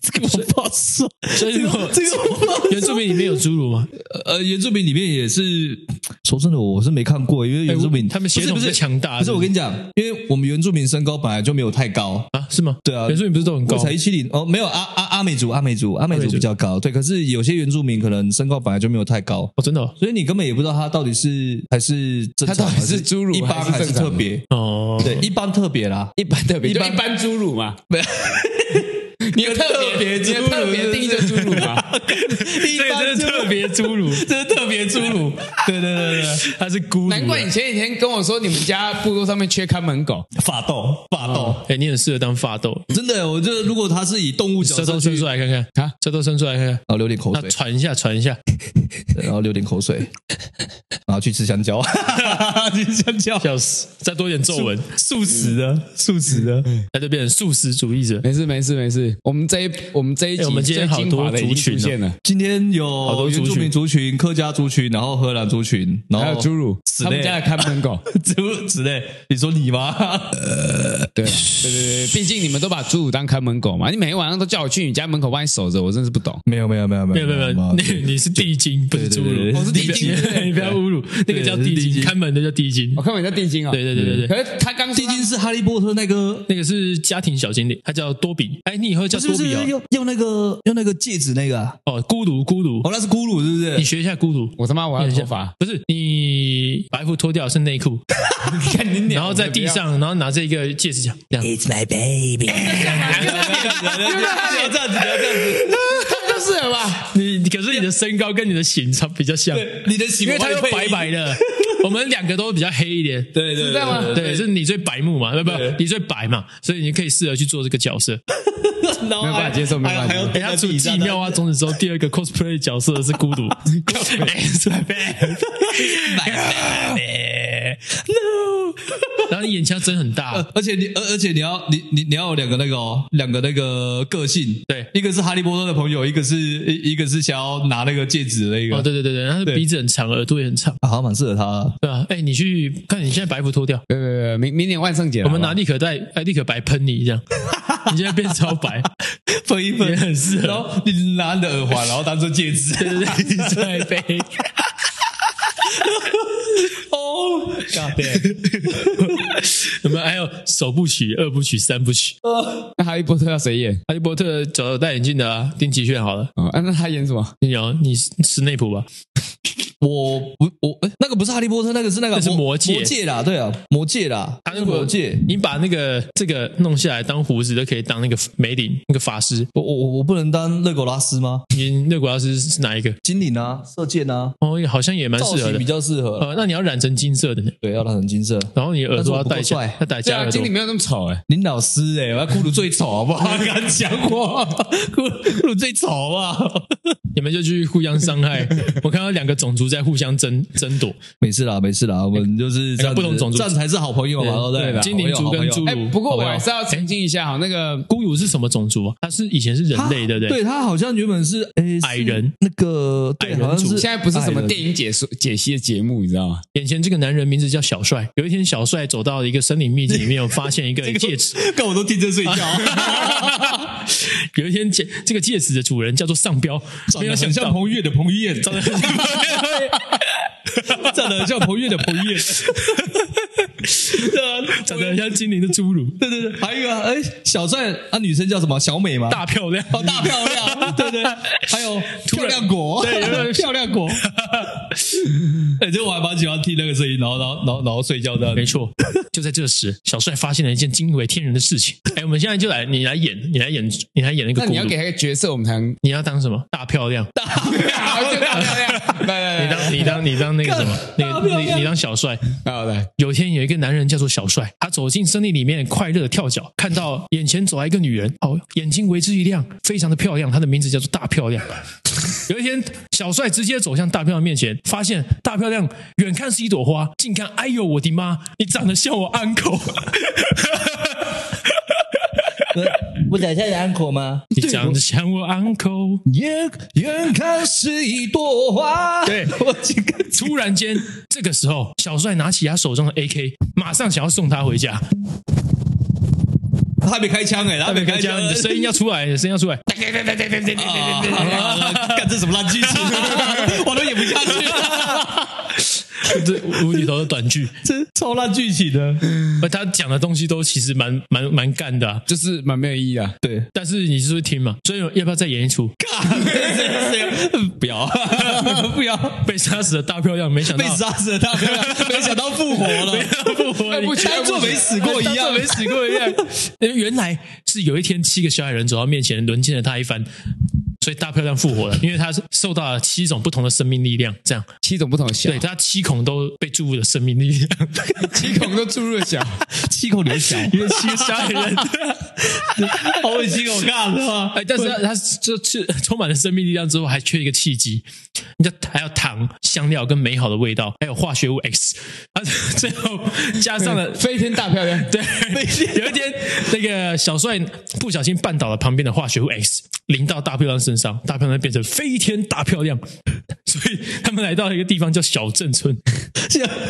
Speaker 2: 这个我不好说，
Speaker 1: 所以如果
Speaker 2: 这个我不好
Speaker 1: 原住民里面有侏儒吗？
Speaker 2: 呃，原住民里面也是，说真的，我是没看过，因为原住民
Speaker 1: 哎我他们血统
Speaker 2: 不是
Speaker 1: 比较强大
Speaker 2: 不是
Speaker 1: 是不是
Speaker 2: 我跟你讲，因为我们原住民身高本来就没有太高，
Speaker 1: 啊，是吗？
Speaker 2: 对啊
Speaker 1: 原住民不是都很高
Speaker 2: 我？才一七零哦，没有阿阿阿美族，阿美族，阿美
Speaker 1: 阿美
Speaker 2: 族
Speaker 1: 族
Speaker 2: 比较高，对。可是有些原住民可能身高本来就没有太高，
Speaker 1: 哦，真的哦
Speaker 2: 所以你根本也不知道他到底是还是正常
Speaker 3: 他到底是侏儒
Speaker 2: 一般
Speaker 3: 还
Speaker 2: 还
Speaker 3: 是
Speaker 2: 是
Speaker 3: 正常
Speaker 2: 特别？
Speaker 1: 哦，
Speaker 2: 对，一般特别啦。
Speaker 3: 一般特
Speaker 2: 嗯
Speaker 3: 别，
Speaker 2: 一
Speaker 3: 就
Speaker 2: 般
Speaker 3: 一般侏儒嘛。你有特别，你有特别定义的侏儒吗？
Speaker 2: 一
Speaker 1: 这个
Speaker 2: 般
Speaker 1: 真的特别侏儒，
Speaker 2: 这是特别侏儒，对对对对对，
Speaker 1: 他是孤独的。
Speaker 3: 难怪你前几天跟我说你们家部落上面缺看门狗，
Speaker 2: 法斗法斗，
Speaker 1: 哎，你很适合当发豆，
Speaker 2: 真的，我觉得如果他是以动物角
Speaker 1: 舌头
Speaker 2: 色
Speaker 1: 伸
Speaker 2: 去，
Speaker 1: 出
Speaker 2: 然
Speaker 1: 来看看
Speaker 3: 啊
Speaker 1: 舌头伸出来看看，
Speaker 2: 后流点口
Speaker 1: 那
Speaker 2: 水，
Speaker 1: 喘一下，喘一下。
Speaker 2: 然后流点口 水，然后去吃香蕉， 去吃香蕉，
Speaker 1: 笑死！再多一点皱纹，
Speaker 2: 素食的，素食的，
Speaker 1: 那就变成素食主义者。
Speaker 3: 没事没事没事，我们这一我们这一集、
Speaker 1: 哎我们今天好多族群哦
Speaker 3: 现了，
Speaker 2: 今天
Speaker 1: 多族
Speaker 2: 有原
Speaker 1: 群
Speaker 2: 住民族群、客家族群，然后荷兰族群，然
Speaker 3: 还有
Speaker 2: 后
Speaker 3: 侏儒，
Speaker 2: 此
Speaker 3: 他
Speaker 2: 类
Speaker 3: 们家的看门狗，
Speaker 2: 猪之类。你说你吗？
Speaker 3: 对对对对，毕竟你们都把侏儒当看门狗嘛，你每天晚上都叫我去你家门口帮你守着，我真是不懂。
Speaker 2: 没有没有没有
Speaker 1: 没有没有没有，你你是地精，不是侏
Speaker 2: 对对
Speaker 1: 儒。
Speaker 2: 对
Speaker 3: 我是地精
Speaker 1: 你不要你不要侮辱，那个叫地
Speaker 2: 对是地
Speaker 1: 精，
Speaker 2: 精
Speaker 1: 看门的叫地精
Speaker 3: 我。看我叫地精哦，
Speaker 1: 对对对对对，
Speaker 3: 可是他刚
Speaker 2: 毕
Speaker 3: 地
Speaker 2: 竟是哈利波特那个，
Speaker 1: 那个是家庭小精灵，他叫多比。哎，你以后叫
Speaker 2: 是不
Speaker 1: 多
Speaker 2: 是
Speaker 1: 比哦。
Speaker 2: 用用那个用那个戒指那个啊？
Speaker 1: 哦，孤独孤独
Speaker 2: 哦，，那是咕噜是不
Speaker 1: 你
Speaker 2: 是？
Speaker 1: 学一下孤独。
Speaker 3: 我他妈我要头发，
Speaker 1: 不是你把衣服脱掉是内裤，
Speaker 3: 看你
Speaker 1: 然后在地上，然后拿着一个戒指讲这样，
Speaker 5: It's my baby。
Speaker 2: 这样子，这样子，
Speaker 3: 就适合吧？
Speaker 1: 你可是你的身高跟你的型差比较像，
Speaker 2: 你的行
Speaker 1: 因为
Speaker 2: 为
Speaker 1: 他又白白的。我们两个都比较黑一点。
Speaker 2: 对对，
Speaker 3: 是这样吗
Speaker 1: 对，是你最白目嘛？不不
Speaker 2: 对，
Speaker 1: 你最白嘛，所以你可以适合去做这个角色。
Speaker 2: 然后
Speaker 3: 没有办法接受没有办法
Speaker 2: 还有
Speaker 1: 哎，
Speaker 2: 还
Speaker 1: 他
Speaker 2: 有
Speaker 1: 除
Speaker 2: 自己
Speaker 1: 寂妙啊种子之后，第二个 cosplay 角色是孤独。哎是白 然后你眼睛要睁很
Speaker 2: 呃
Speaker 1: 大，
Speaker 2: 而且你，而而且你要你你你要有两个那个哦，两个那个个性，
Speaker 1: 对
Speaker 2: 一个是哈利波特的朋友，一个是一一个是想要拿那个戒指的那个，
Speaker 1: 哦，对对对对，他的鼻子很长，耳朵也很长，
Speaker 2: 啊，好像蛮适合他的。
Speaker 1: 对啊。哎，你去看你现在白服脱掉，
Speaker 3: 对对对，明明年万圣节
Speaker 1: 我们拿
Speaker 3: 哪里？
Speaker 1: 立可带，哎，立可白喷你这样，你现在变超白，
Speaker 2: 分一分
Speaker 1: 也很适合
Speaker 2: 然后你拿你的耳环，然后当做戒指。
Speaker 1: 对对对，你最白。
Speaker 2: 哦，
Speaker 1: 我们还有首部曲、二部曲、三部曲，《
Speaker 3: 那哈利波特要谁演？
Speaker 1: 哈利波特》找戴眼镜的啊，丁奇炫好了，
Speaker 3: 哦，啊那他演什么？
Speaker 1: 你有你是是内普吧？
Speaker 2: 我不，我哎，那个不是哈利波特，那个是那个
Speaker 1: 那是魔戒
Speaker 2: 魔戒啦，对啊，魔戒啦，
Speaker 1: 他
Speaker 2: 他
Speaker 1: 那
Speaker 2: 是
Speaker 1: 个
Speaker 2: 魔戒。
Speaker 1: 你把那个这个弄下来当胡子，都可以当那个梅林那个法师。
Speaker 2: 我我我我不能当勒狗拉斯吗？
Speaker 1: 你那古拉斯是哪一个？
Speaker 2: 精灵啊，射箭啊，
Speaker 1: 哦，好像也蛮
Speaker 2: 造
Speaker 1: 适合
Speaker 2: 型
Speaker 1: 的
Speaker 2: 比。较适合。
Speaker 1: 呃，那你要染成金色的呢，
Speaker 2: 对，要染成金色。
Speaker 1: 然后你耳朵要戴
Speaker 2: 但是我不够
Speaker 1: 假
Speaker 2: 帅，
Speaker 1: 要戴
Speaker 3: 对
Speaker 1: 假
Speaker 3: 啊，
Speaker 1: 耳
Speaker 3: 经
Speaker 1: 朵
Speaker 3: 理。没有那么丑哎，
Speaker 2: 林老师、欸，哎，我要咕噜最丑 好不好？敢讲我，咕噜咕噜最丑好不好？
Speaker 1: 你们就去互相伤害。我看到两个种族在互相争争夺，
Speaker 2: 没事啦，没事啦，我们就是这样
Speaker 1: 哎
Speaker 2: 子，
Speaker 1: 不同种族
Speaker 2: 这样才是好朋友嘛，对不
Speaker 1: 对
Speaker 2: 对？
Speaker 1: 精灵族跟侏
Speaker 3: 哎，
Speaker 1: 儒。
Speaker 3: 不过我
Speaker 1: 好吧
Speaker 3: 还是要澄清一下哈，那个
Speaker 1: 孤儒是什么种族啊？他是以前是人
Speaker 2: 他
Speaker 1: 类，对不对？
Speaker 2: 对他好像原本是诶
Speaker 1: 矮人，
Speaker 2: 是那个
Speaker 1: 矮
Speaker 2: 对，
Speaker 1: 人
Speaker 2: 好像
Speaker 1: 族
Speaker 2: 是
Speaker 3: 现在不是什么
Speaker 2: 矮人
Speaker 3: 电影解说解析的节目，你知道吗？
Speaker 1: 眼前这个男人名字叫小帅。有一天，小帅走到一个森林秘境里面，有发现一个戒指。
Speaker 2: 干我都听 着睡觉。
Speaker 1: 有一天，戒这个戒指的主人叫做上彪，没有想到
Speaker 2: 彭于晏的彭于晏，长得很像，
Speaker 1: 长 得像彭越的彭越，长得很像精灵的侏儒，
Speaker 2: 对对对，还有一个哎，小帅啊，女生叫什么？小美吗？
Speaker 1: 大漂亮。
Speaker 2: 哦，大漂亮，对对，还有
Speaker 1: 突
Speaker 2: 漂
Speaker 1: 然
Speaker 2: 亮果，
Speaker 1: 对有点
Speaker 2: 漂亮果。 哎，这我还蛮喜欢听那个声音，然后然后然后然后睡觉的，
Speaker 1: 没错， 就在这时，小帅发现了一件惊为天人的事情。哎，我们现在就来，你来演，你来演，你来演那个
Speaker 3: 那
Speaker 1: 孤
Speaker 3: 你要
Speaker 1: 独
Speaker 3: 给。他一个角色，我们才 能
Speaker 1: 你要当什么？大漂亮。
Speaker 3: 好，就大漂亮。来
Speaker 1: 你
Speaker 3: 来来，
Speaker 1: 当你当你当那个什么？那
Speaker 2: 大
Speaker 1: 个
Speaker 2: 漂
Speaker 1: 你
Speaker 2: 亮
Speaker 1: 你当小帅。
Speaker 3: 好来，
Speaker 1: 有一天，有一个男人叫做小帅，他走进森林里面，快乐的跳脚，看到眼前走来一个女人，哦，眼睛为之一亮，非常的漂亮，她的名字叫做大漂亮。有一天，小帅直接走向大漂亮面前，发现大漂亮远看是一朵花，近看，哎呦我的妈，你长得像我 uncle，
Speaker 5: 不等一下你安口吗？
Speaker 1: 你长得像我 uncle。
Speaker 2: 眼眼看是一朵花。
Speaker 1: 对
Speaker 2: 我这个
Speaker 1: 突然间，这个时候，小帅拿起他手中的 AK，马上想要送她回家。
Speaker 2: 他还没开枪哎，他还没开
Speaker 1: 这样
Speaker 2: 枪，
Speaker 1: 你的声音要出来，你的声音要出来。
Speaker 2: 啊！ 干这什么烂剧情，我都演不下去了，
Speaker 1: 这无厘头的短剧，
Speaker 2: 这超烂剧情的。
Speaker 1: 而呃他讲的东西都其实蛮蛮蛮干的啊、
Speaker 3: 就是蛮没有意义的。
Speaker 2: 对，
Speaker 1: 但是你是会听嘛？所以要不要再演一出？
Speaker 2: 不要 不要，
Speaker 1: 被杀死的大漂亮，没想到
Speaker 2: 被杀死了他，没想到复活 了，
Speaker 1: 不活，
Speaker 3: 不
Speaker 2: 当做没死过一
Speaker 1: 当
Speaker 2: 样
Speaker 1: 作。没死过一样。 呃原来是有一天，七个小矮人走到面前，轮奸了他一番，所以大漂亮复活了，因为他是受到了七种不同的生命力量，这样
Speaker 3: 七种不同的小
Speaker 1: 对，他七孔都被注入了生命力量，
Speaker 3: 七孔都注入了小，
Speaker 2: 七口流血，
Speaker 1: 因为七个小矮人。
Speaker 2: 好恶心，我看了。
Speaker 1: 哎，但是他他这是充满了生命力量之后，还缺一个契机，你知道还有糖、香料跟美好的味道，还有化学物 X，他最后加上了
Speaker 3: 飞天大漂亮。
Speaker 1: 对，有一天那个小帅不小心绊倒了旁边的化学物 X，淋到大漂亮身上，大漂亮变成飞天大漂亮， 所以他们来到一个地方叫小镇村，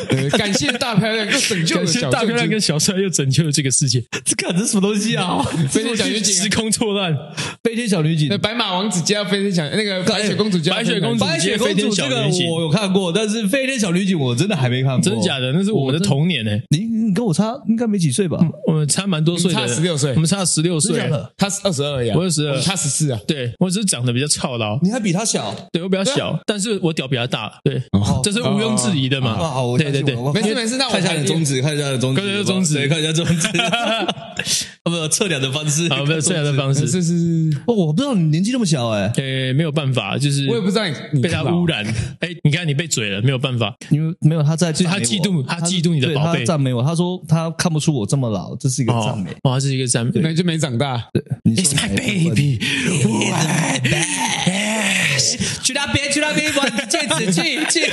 Speaker 3: 对感谢大漂亮，又拯救
Speaker 1: 感
Speaker 3: 了
Speaker 1: 谢
Speaker 3: 小
Speaker 1: 大漂亮
Speaker 3: 舅
Speaker 1: 跟小帅又拯救了这个世界，
Speaker 2: 这看这什么东西啊？
Speaker 3: 飞天小女警
Speaker 1: 时
Speaker 3: 啊，
Speaker 1: 空错乱。
Speaker 2: 飞天小女警
Speaker 3: 那，白马王子加飞天小那个白雪公主加
Speaker 1: 白雪公主
Speaker 2: 白雪公主这个我有看过，但是飞天小女警我真的还没看过。
Speaker 1: 真的假？的？那是我们的童年呢、
Speaker 2: 你你跟我差应该没几岁吧？
Speaker 1: 我们差蛮多岁的，
Speaker 3: 我们差16岁
Speaker 1: 我们差十六岁
Speaker 2: 真的假的。
Speaker 3: 她是二十二呀，
Speaker 1: 我22
Speaker 3: 她十四啊，
Speaker 1: 对我只是长得比较操劳，
Speaker 2: 你还比她小。
Speaker 1: 对我比较小，但是我屌比较大，对，这是毋庸置疑的嘛。
Speaker 2: 啊，好，我
Speaker 1: 对对对，
Speaker 3: 没事没事，那我
Speaker 2: 看一下你的中指，看一下你的中指，
Speaker 1: 看一下中指
Speaker 2: 对看一下中指。啊没有测量的方式
Speaker 1: 啊，没有这样的方
Speaker 3: 是
Speaker 1: 式，
Speaker 3: 是是是，
Speaker 2: 哦，我不知道你年纪那么小哎、
Speaker 1: 呃，没有办法，就是
Speaker 3: 我也不知道你
Speaker 1: 被他污，染。哎，你看你被嘴了，没有办法，
Speaker 2: 因为没有他在，
Speaker 1: 他嫉妒他嫉妒你的
Speaker 2: 对
Speaker 1: 宝贝
Speaker 2: 他赞美我，他说他看不出我这么老，这是一个赞美。
Speaker 1: 哇，哦这是一个赞美
Speaker 3: 你。可能就没长大。
Speaker 2: 你
Speaker 1: It's
Speaker 2: 说
Speaker 1: my
Speaker 2: 哪一部分
Speaker 1: baby，
Speaker 4: 去那边，去那边玩戒指，去去，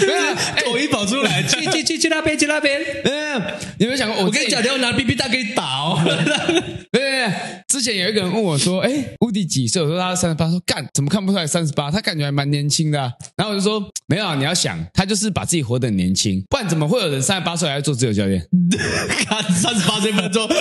Speaker 3: 对啊，哎
Speaker 2: 抖音跑出来，
Speaker 4: 去去去去那边，去那边。
Speaker 3: 嗯，你有没有想过？我
Speaker 4: 我
Speaker 3: 自
Speaker 4: 跟
Speaker 3: 己
Speaker 4: 你讲，你要拿 BB 弹给你打哦。
Speaker 3: 对啊对对，之前有一个人问我说：“哎，乌迪几岁？”我说他三十八，说干怎么看不出来三十八？他感觉还蛮年轻的啊、然后我就说：“没有、啊，你要想，他就是把自己活得很年轻，不然怎么会有人三十八岁还在做自由教练？
Speaker 2: 看三十八岁分钟，哇，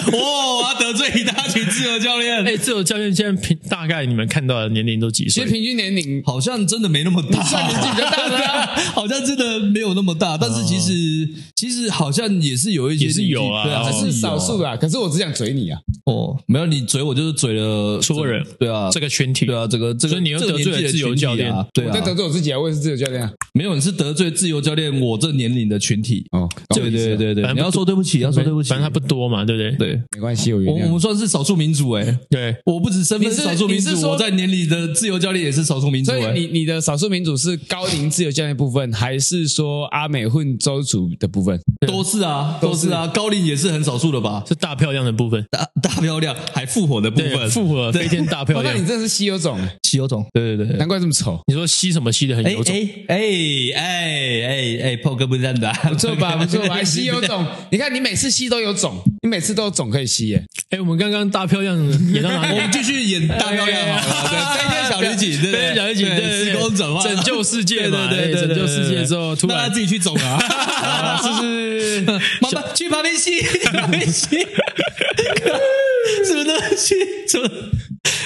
Speaker 2: 我要得罪一大群自由教练。
Speaker 1: 哎，自由教练现在平大概你们看到的年龄都几
Speaker 3: 其
Speaker 1: 岁
Speaker 3: 实？平均年龄
Speaker 2: 好像真的没那么大，
Speaker 3: 算年纪比较大的啊
Speaker 2: 好像真的没有那么大，但是其实、其实好像也是有一些
Speaker 1: 也是有啊
Speaker 2: 年纪对
Speaker 1: 哦
Speaker 2: 啊，
Speaker 3: 还是少数啦。可是我只想嘴你啊，
Speaker 2: 哦，没有你嘴我就是嘴了
Speaker 1: 所有人
Speaker 2: 对啊，
Speaker 1: 这个群体
Speaker 2: 对啊，这个这个
Speaker 1: 所以你又
Speaker 2: 这个
Speaker 1: 得罪了
Speaker 2: 年纪的
Speaker 1: 自由
Speaker 2: 群体
Speaker 1: 教练
Speaker 2: 啊，对
Speaker 3: 我在得
Speaker 2: 啊，
Speaker 3: 罪我自己啊，我也是自由教练啊。
Speaker 2: 没有你是得罪自由教练我这年龄的群体，
Speaker 3: 哦，懂
Speaker 2: 对
Speaker 3: 我意思
Speaker 2: 对
Speaker 3: 了，
Speaker 2: 对
Speaker 1: 反正
Speaker 2: 对，你要说对不起，要说对不起，
Speaker 1: 反正他不多嘛，对不对？
Speaker 2: 对。
Speaker 3: 没关系，我原
Speaker 2: 我我
Speaker 3: 谅
Speaker 2: 们
Speaker 3: 你。
Speaker 2: 算是少数民族哎、
Speaker 1: 对，
Speaker 2: 我不止身份
Speaker 3: 你是
Speaker 2: 少数民
Speaker 3: 你是
Speaker 2: 族，
Speaker 3: 说
Speaker 2: 我在年里的自由教练也是少数民族
Speaker 3: 所
Speaker 2: 哎、
Speaker 3: 以你你的少数民族是高龄自由教练部分，还是说阿美混州族的部分？
Speaker 2: 都是啊，都是啊，高龄也是很少数的吧？
Speaker 1: 是大漂亮的部分，
Speaker 2: 大大漂亮还复活的部
Speaker 1: 对，
Speaker 2: 分，
Speaker 1: 复合飞天 大漂
Speaker 3: 哦哇，那
Speaker 1: 亮
Speaker 3: 你。真的是稀有种，
Speaker 2: 稀有种，对对对
Speaker 3: 难怪这么丑。
Speaker 1: 你说吸什么吸的很
Speaker 2: 哎
Speaker 1: 有种？
Speaker 2: 哎哎哎哎哎，炮哥不是这样的、啊，
Speaker 3: 不错 吧？不错吧？吸有种，你看你每次吸都有种，你每次都有种可以吸耶。
Speaker 1: 哎，我们刚刚大漂亮演到哪里？
Speaker 2: 我们继续演大漂亮
Speaker 1: 哎
Speaker 2: 好了，对，飞天小女警，对不
Speaker 1: 对
Speaker 2: 对，
Speaker 1: 小女警，对对
Speaker 2: 时
Speaker 1: 对
Speaker 2: 空转换，
Speaker 1: 拯救世界嘛，
Speaker 2: 对对对对
Speaker 1: 哎拯
Speaker 2: 对
Speaker 1: 救
Speaker 2: 对
Speaker 1: 世界之后，突
Speaker 2: 让他
Speaker 1: 然
Speaker 2: 自己去种 啊，
Speaker 1: 是是
Speaker 2: 妈妈去旁边吸，去旁边吸， 什么东西？什么？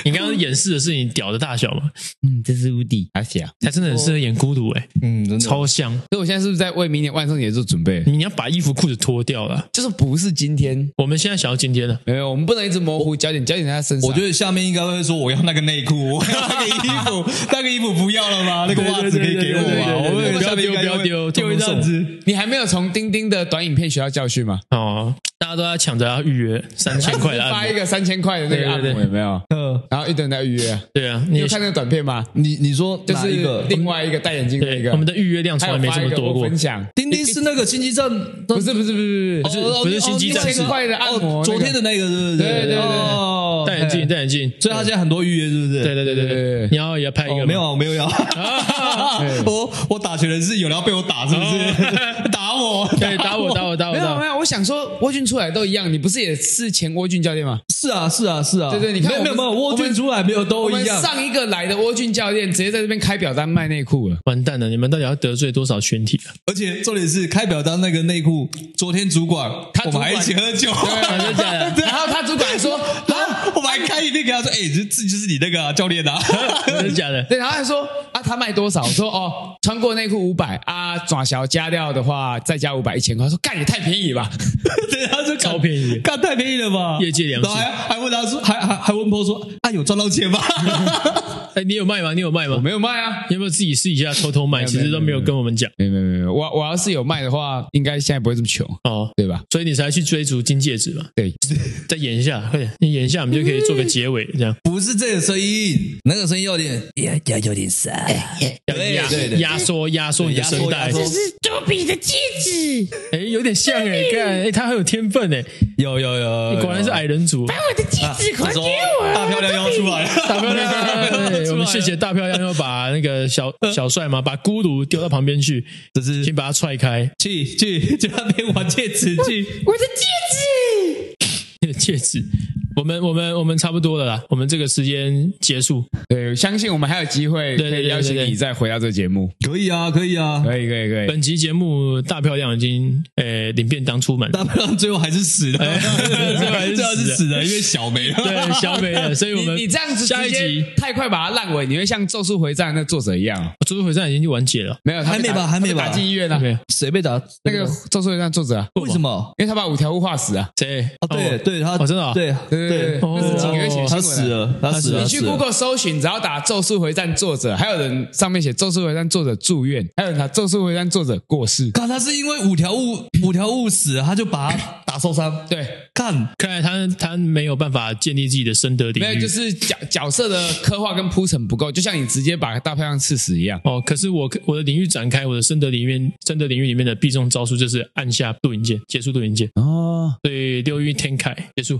Speaker 1: 你刚刚演示的是你屌的大小嘛？
Speaker 5: 嗯，这是无敌。
Speaker 3: 而且啊，
Speaker 1: 他真的很适合演孤独哎，
Speaker 2: 哦嗯，真的。
Speaker 1: 超像。
Speaker 3: 所以我现在是不是在为明年万圣节做准备？
Speaker 1: 你要把衣服裤子脱掉了。
Speaker 3: 就是不是今天？
Speaker 1: 我们现在想要今天呢，
Speaker 3: 没有，我们不能一直模糊焦点，焦点在他身上。
Speaker 2: 我觉得下面应该会说我要那个内裤，我要那个衣服，那个衣服不要了吗？那个袜子可以给我吗？
Speaker 1: 对对对对对对对
Speaker 2: 我们
Speaker 1: 不要
Speaker 2: 下面应该
Speaker 1: 丢不要
Speaker 2: 会
Speaker 1: 丢
Speaker 2: 丢
Speaker 1: 通
Speaker 2: 一
Speaker 1: 通送
Speaker 2: 张纸。
Speaker 3: 你还没有从钉钉的短影片学到教训吗？
Speaker 1: 哦，大家都在抢着要预 约三千块的按
Speaker 3: 发
Speaker 1: 摩
Speaker 3: 一，个三千块的那个按
Speaker 1: 对对
Speaker 3: 摩
Speaker 1: 对
Speaker 3: 有没有？
Speaker 2: 嗯，
Speaker 3: 然后一等在预约啊。
Speaker 1: 对啊，
Speaker 3: 你
Speaker 1: 你
Speaker 3: 有看那个短片吗？
Speaker 2: 你你说
Speaker 3: 就
Speaker 2: 哪
Speaker 3: 是
Speaker 2: 一个？
Speaker 3: 另外一个戴眼镜那
Speaker 1: 对
Speaker 3: 个，
Speaker 1: 我们的预约量从
Speaker 3: 还
Speaker 1: 来
Speaker 3: 有
Speaker 1: 没这
Speaker 3: 发一
Speaker 1: 么
Speaker 3: 个
Speaker 1: 多
Speaker 3: 我
Speaker 1: 过
Speaker 3: 分。享。
Speaker 2: 钉钉是那个星际战，
Speaker 3: 不是不是不是不是，哦
Speaker 1: 不是不是星际战
Speaker 3: 一
Speaker 1: 士
Speaker 3: 千，块的按摩那
Speaker 2: 哦
Speaker 3: 个，
Speaker 2: 昨天的那个是不是？
Speaker 3: 对对对对
Speaker 2: 哦
Speaker 1: 戴眼镜，戴眼镜，
Speaker 2: 所以他现在很多预约是不是？
Speaker 1: 对对对对
Speaker 3: 对对
Speaker 1: 对，
Speaker 3: 对
Speaker 1: 你要也要拍一个吗
Speaker 2: 哦，没有啊，我没有要。我我打拳的是有人要被我打，是不是？打我，
Speaker 1: 对，打我，打我，打我，
Speaker 3: 没
Speaker 1: 打
Speaker 3: 有
Speaker 1: 我
Speaker 3: 没。有，我想说沃俊出来都一样，你不是也是前沃俊教练吗？
Speaker 2: 是啊是啊是啊。
Speaker 3: 对对你看
Speaker 2: 没有没有没有，
Speaker 3: 我们
Speaker 2: 蜗
Speaker 3: 我
Speaker 2: 卷
Speaker 3: 们
Speaker 2: 出来没有
Speaker 3: 我
Speaker 2: 都
Speaker 3: 们
Speaker 2: 一样。
Speaker 3: 上一个来的沃俊教练直接在这边开表单卖内裤了，
Speaker 1: 完蛋了！你们到底要得罪多少群 体啊？
Speaker 2: 而且重点是开表单那个内裤，昨天主管
Speaker 3: 他
Speaker 2: 我
Speaker 3: 主
Speaker 2: 们还
Speaker 3: 管
Speaker 2: 一起喝酒，
Speaker 1: 真的假的？
Speaker 3: 然后他主管还说，
Speaker 2: 然后我们还开一遍给他说，哎，这这就是你那个啊教练啊，
Speaker 1: 真的假的？
Speaker 3: 对，然后还说啊他卖多少？我说哦穿过内裤五百啊，爪小加料的话再加五百一千块。他说干也太便宜吧，
Speaker 2: 对，他说啊
Speaker 1: 超便宜
Speaker 2: 干太便宜了吧？
Speaker 1: 业界良心
Speaker 2: 然后还还问他说，还还还问波说，啊有赚到钱吗？
Speaker 1: 哎，你有卖吗？你有卖吗
Speaker 3: 我？没有卖啊。
Speaker 1: 你有没有自己私底下偷偷卖？
Speaker 3: 没有
Speaker 1: 其实都没有跟我们讲
Speaker 3: 没有没有没有，我我要是有卖的话，应该现在不会这么穷，
Speaker 1: 哦，
Speaker 3: 对吧？
Speaker 1: 所以你才去追逐金戒指嘛。
Speaker 3: 对，
Speaker 1: 再演一下，快点，你演一下，我们就可以做个结尾，这样
Speaker 2: 不是这个声音，那个声音有点
Speaker 5: 要要有点傻。
Speaker 2: 对
Speaker 1: 压
Speaker 2: 对对
Speaker 1: 压缩压缩你的声带
Speaker 2: 压，缩压缩
Speaker 6: 是多比的戒指，
Speaker 1: 哎，有点像哎，看哎，他很有天分哎，
Speaker 2: 有有有
Speaker 1: 你果然是矮人 哎族。
Speaker 6: 把我的戒指
Speaker 2: 啊
Speaker 6: 还给我。
Speaker 2: 大漂亮要出来了。
Speaker 1: 大漂亮，对我们谢谢大漂亮，要把那个 小小帅嘛，把孤独丢到旁边去，
Speaker 2: 这是
Speaker 1: 请把他踹开。
Speaker 2: 去去去那边玩戒指去，
Speaker 6: 我的戒指，
Speaker 1: 那个戒指，我们我们我们差不多了啦，我们这个时间结束。
Speaker 3: 对，相信我们还有机会
Speaker 1: 对对
Speaker 3: 可以邀
Speaker 1: 对
Speaker 3: 请
Speaker 1: 对对
Speaker 3: 你再回到这个节目，
Speaker 2: 可以啊可以啊。
Speaker 3: 可以可以可以。
Speaker 1: 本集节目大漂亮已经呃领便当出门，
Speaker 2: 大漂亮最后还是死了，
Speaker 1: 最后还是死了
Speaker 2: 的是死的，因为小梅。
Speaker 1: 对小美了，所以我
Speaker 3: 你
Speaker 1: 们
Speaker 3: 你这样子
Speaker 1: 下
Speaker 3: 直
Speaker 1: 一
Speaker 3: 接
Speaker 1: 集
Speaker 3: 太快把它烂尾，你会像《咒术回战》那作者一样哦，
Speaker 1: 《追回战》已经去完结了。
Speaker 3: 没有，他被
Speaker 2: 还没吧
Speaker 3: 打
Speaker 2: 还没
Speaker 3: 他被
Speaker 2: 吧
Speaker 3: 打进医院了。
Speaker 1: 对，
Speaker 2: 谁被打？
Speaker 3: 那个《咒术回战》作者啊，
Speaker 2: 为什么？
Speaker 3: 因为他把五条悟化死啊。
Speaker 1: 谁？
Speaker 2: 啊，对对，他
Speaker 1: 哦真的啊
Speaker 2: 对
Speaker 3: 对对对，
Speaker 1: 哦
Speaker 3: 那是几个月前的
Speaker 2: 他
Speaker 3: 新闻啊
Speaker 2: 死。了，他死了。
Speaker 3: 你
Speaker 2: 他
Speaker 3: 去
Speaker 2: 死了
Speaker 3: Google 搜寻，只要打《咒术回战》作者，还有人上面写《咒术回战》作者住院，还有人打《咒术回战》作者过世。
Speaker 2: 看他是因为五条悟五条悟死了，他就把他打受伤。
Speaker 3: 对，
Speaker 2: 看
Speaker 1: 看来他他没有办法建立自己的深得领域。
Speaker 3: 没有，就是角角色的刻画跟铺陈不够，就像你直接把大漂亮刺死一样。
Speaker 1: 哦，可是我我的领域展开，我的深得里面深得领域里面的必中招数就是按下录影键，结束录影键。
Speaker 3: 哦，
Speaker 1: 所以六一天开结束。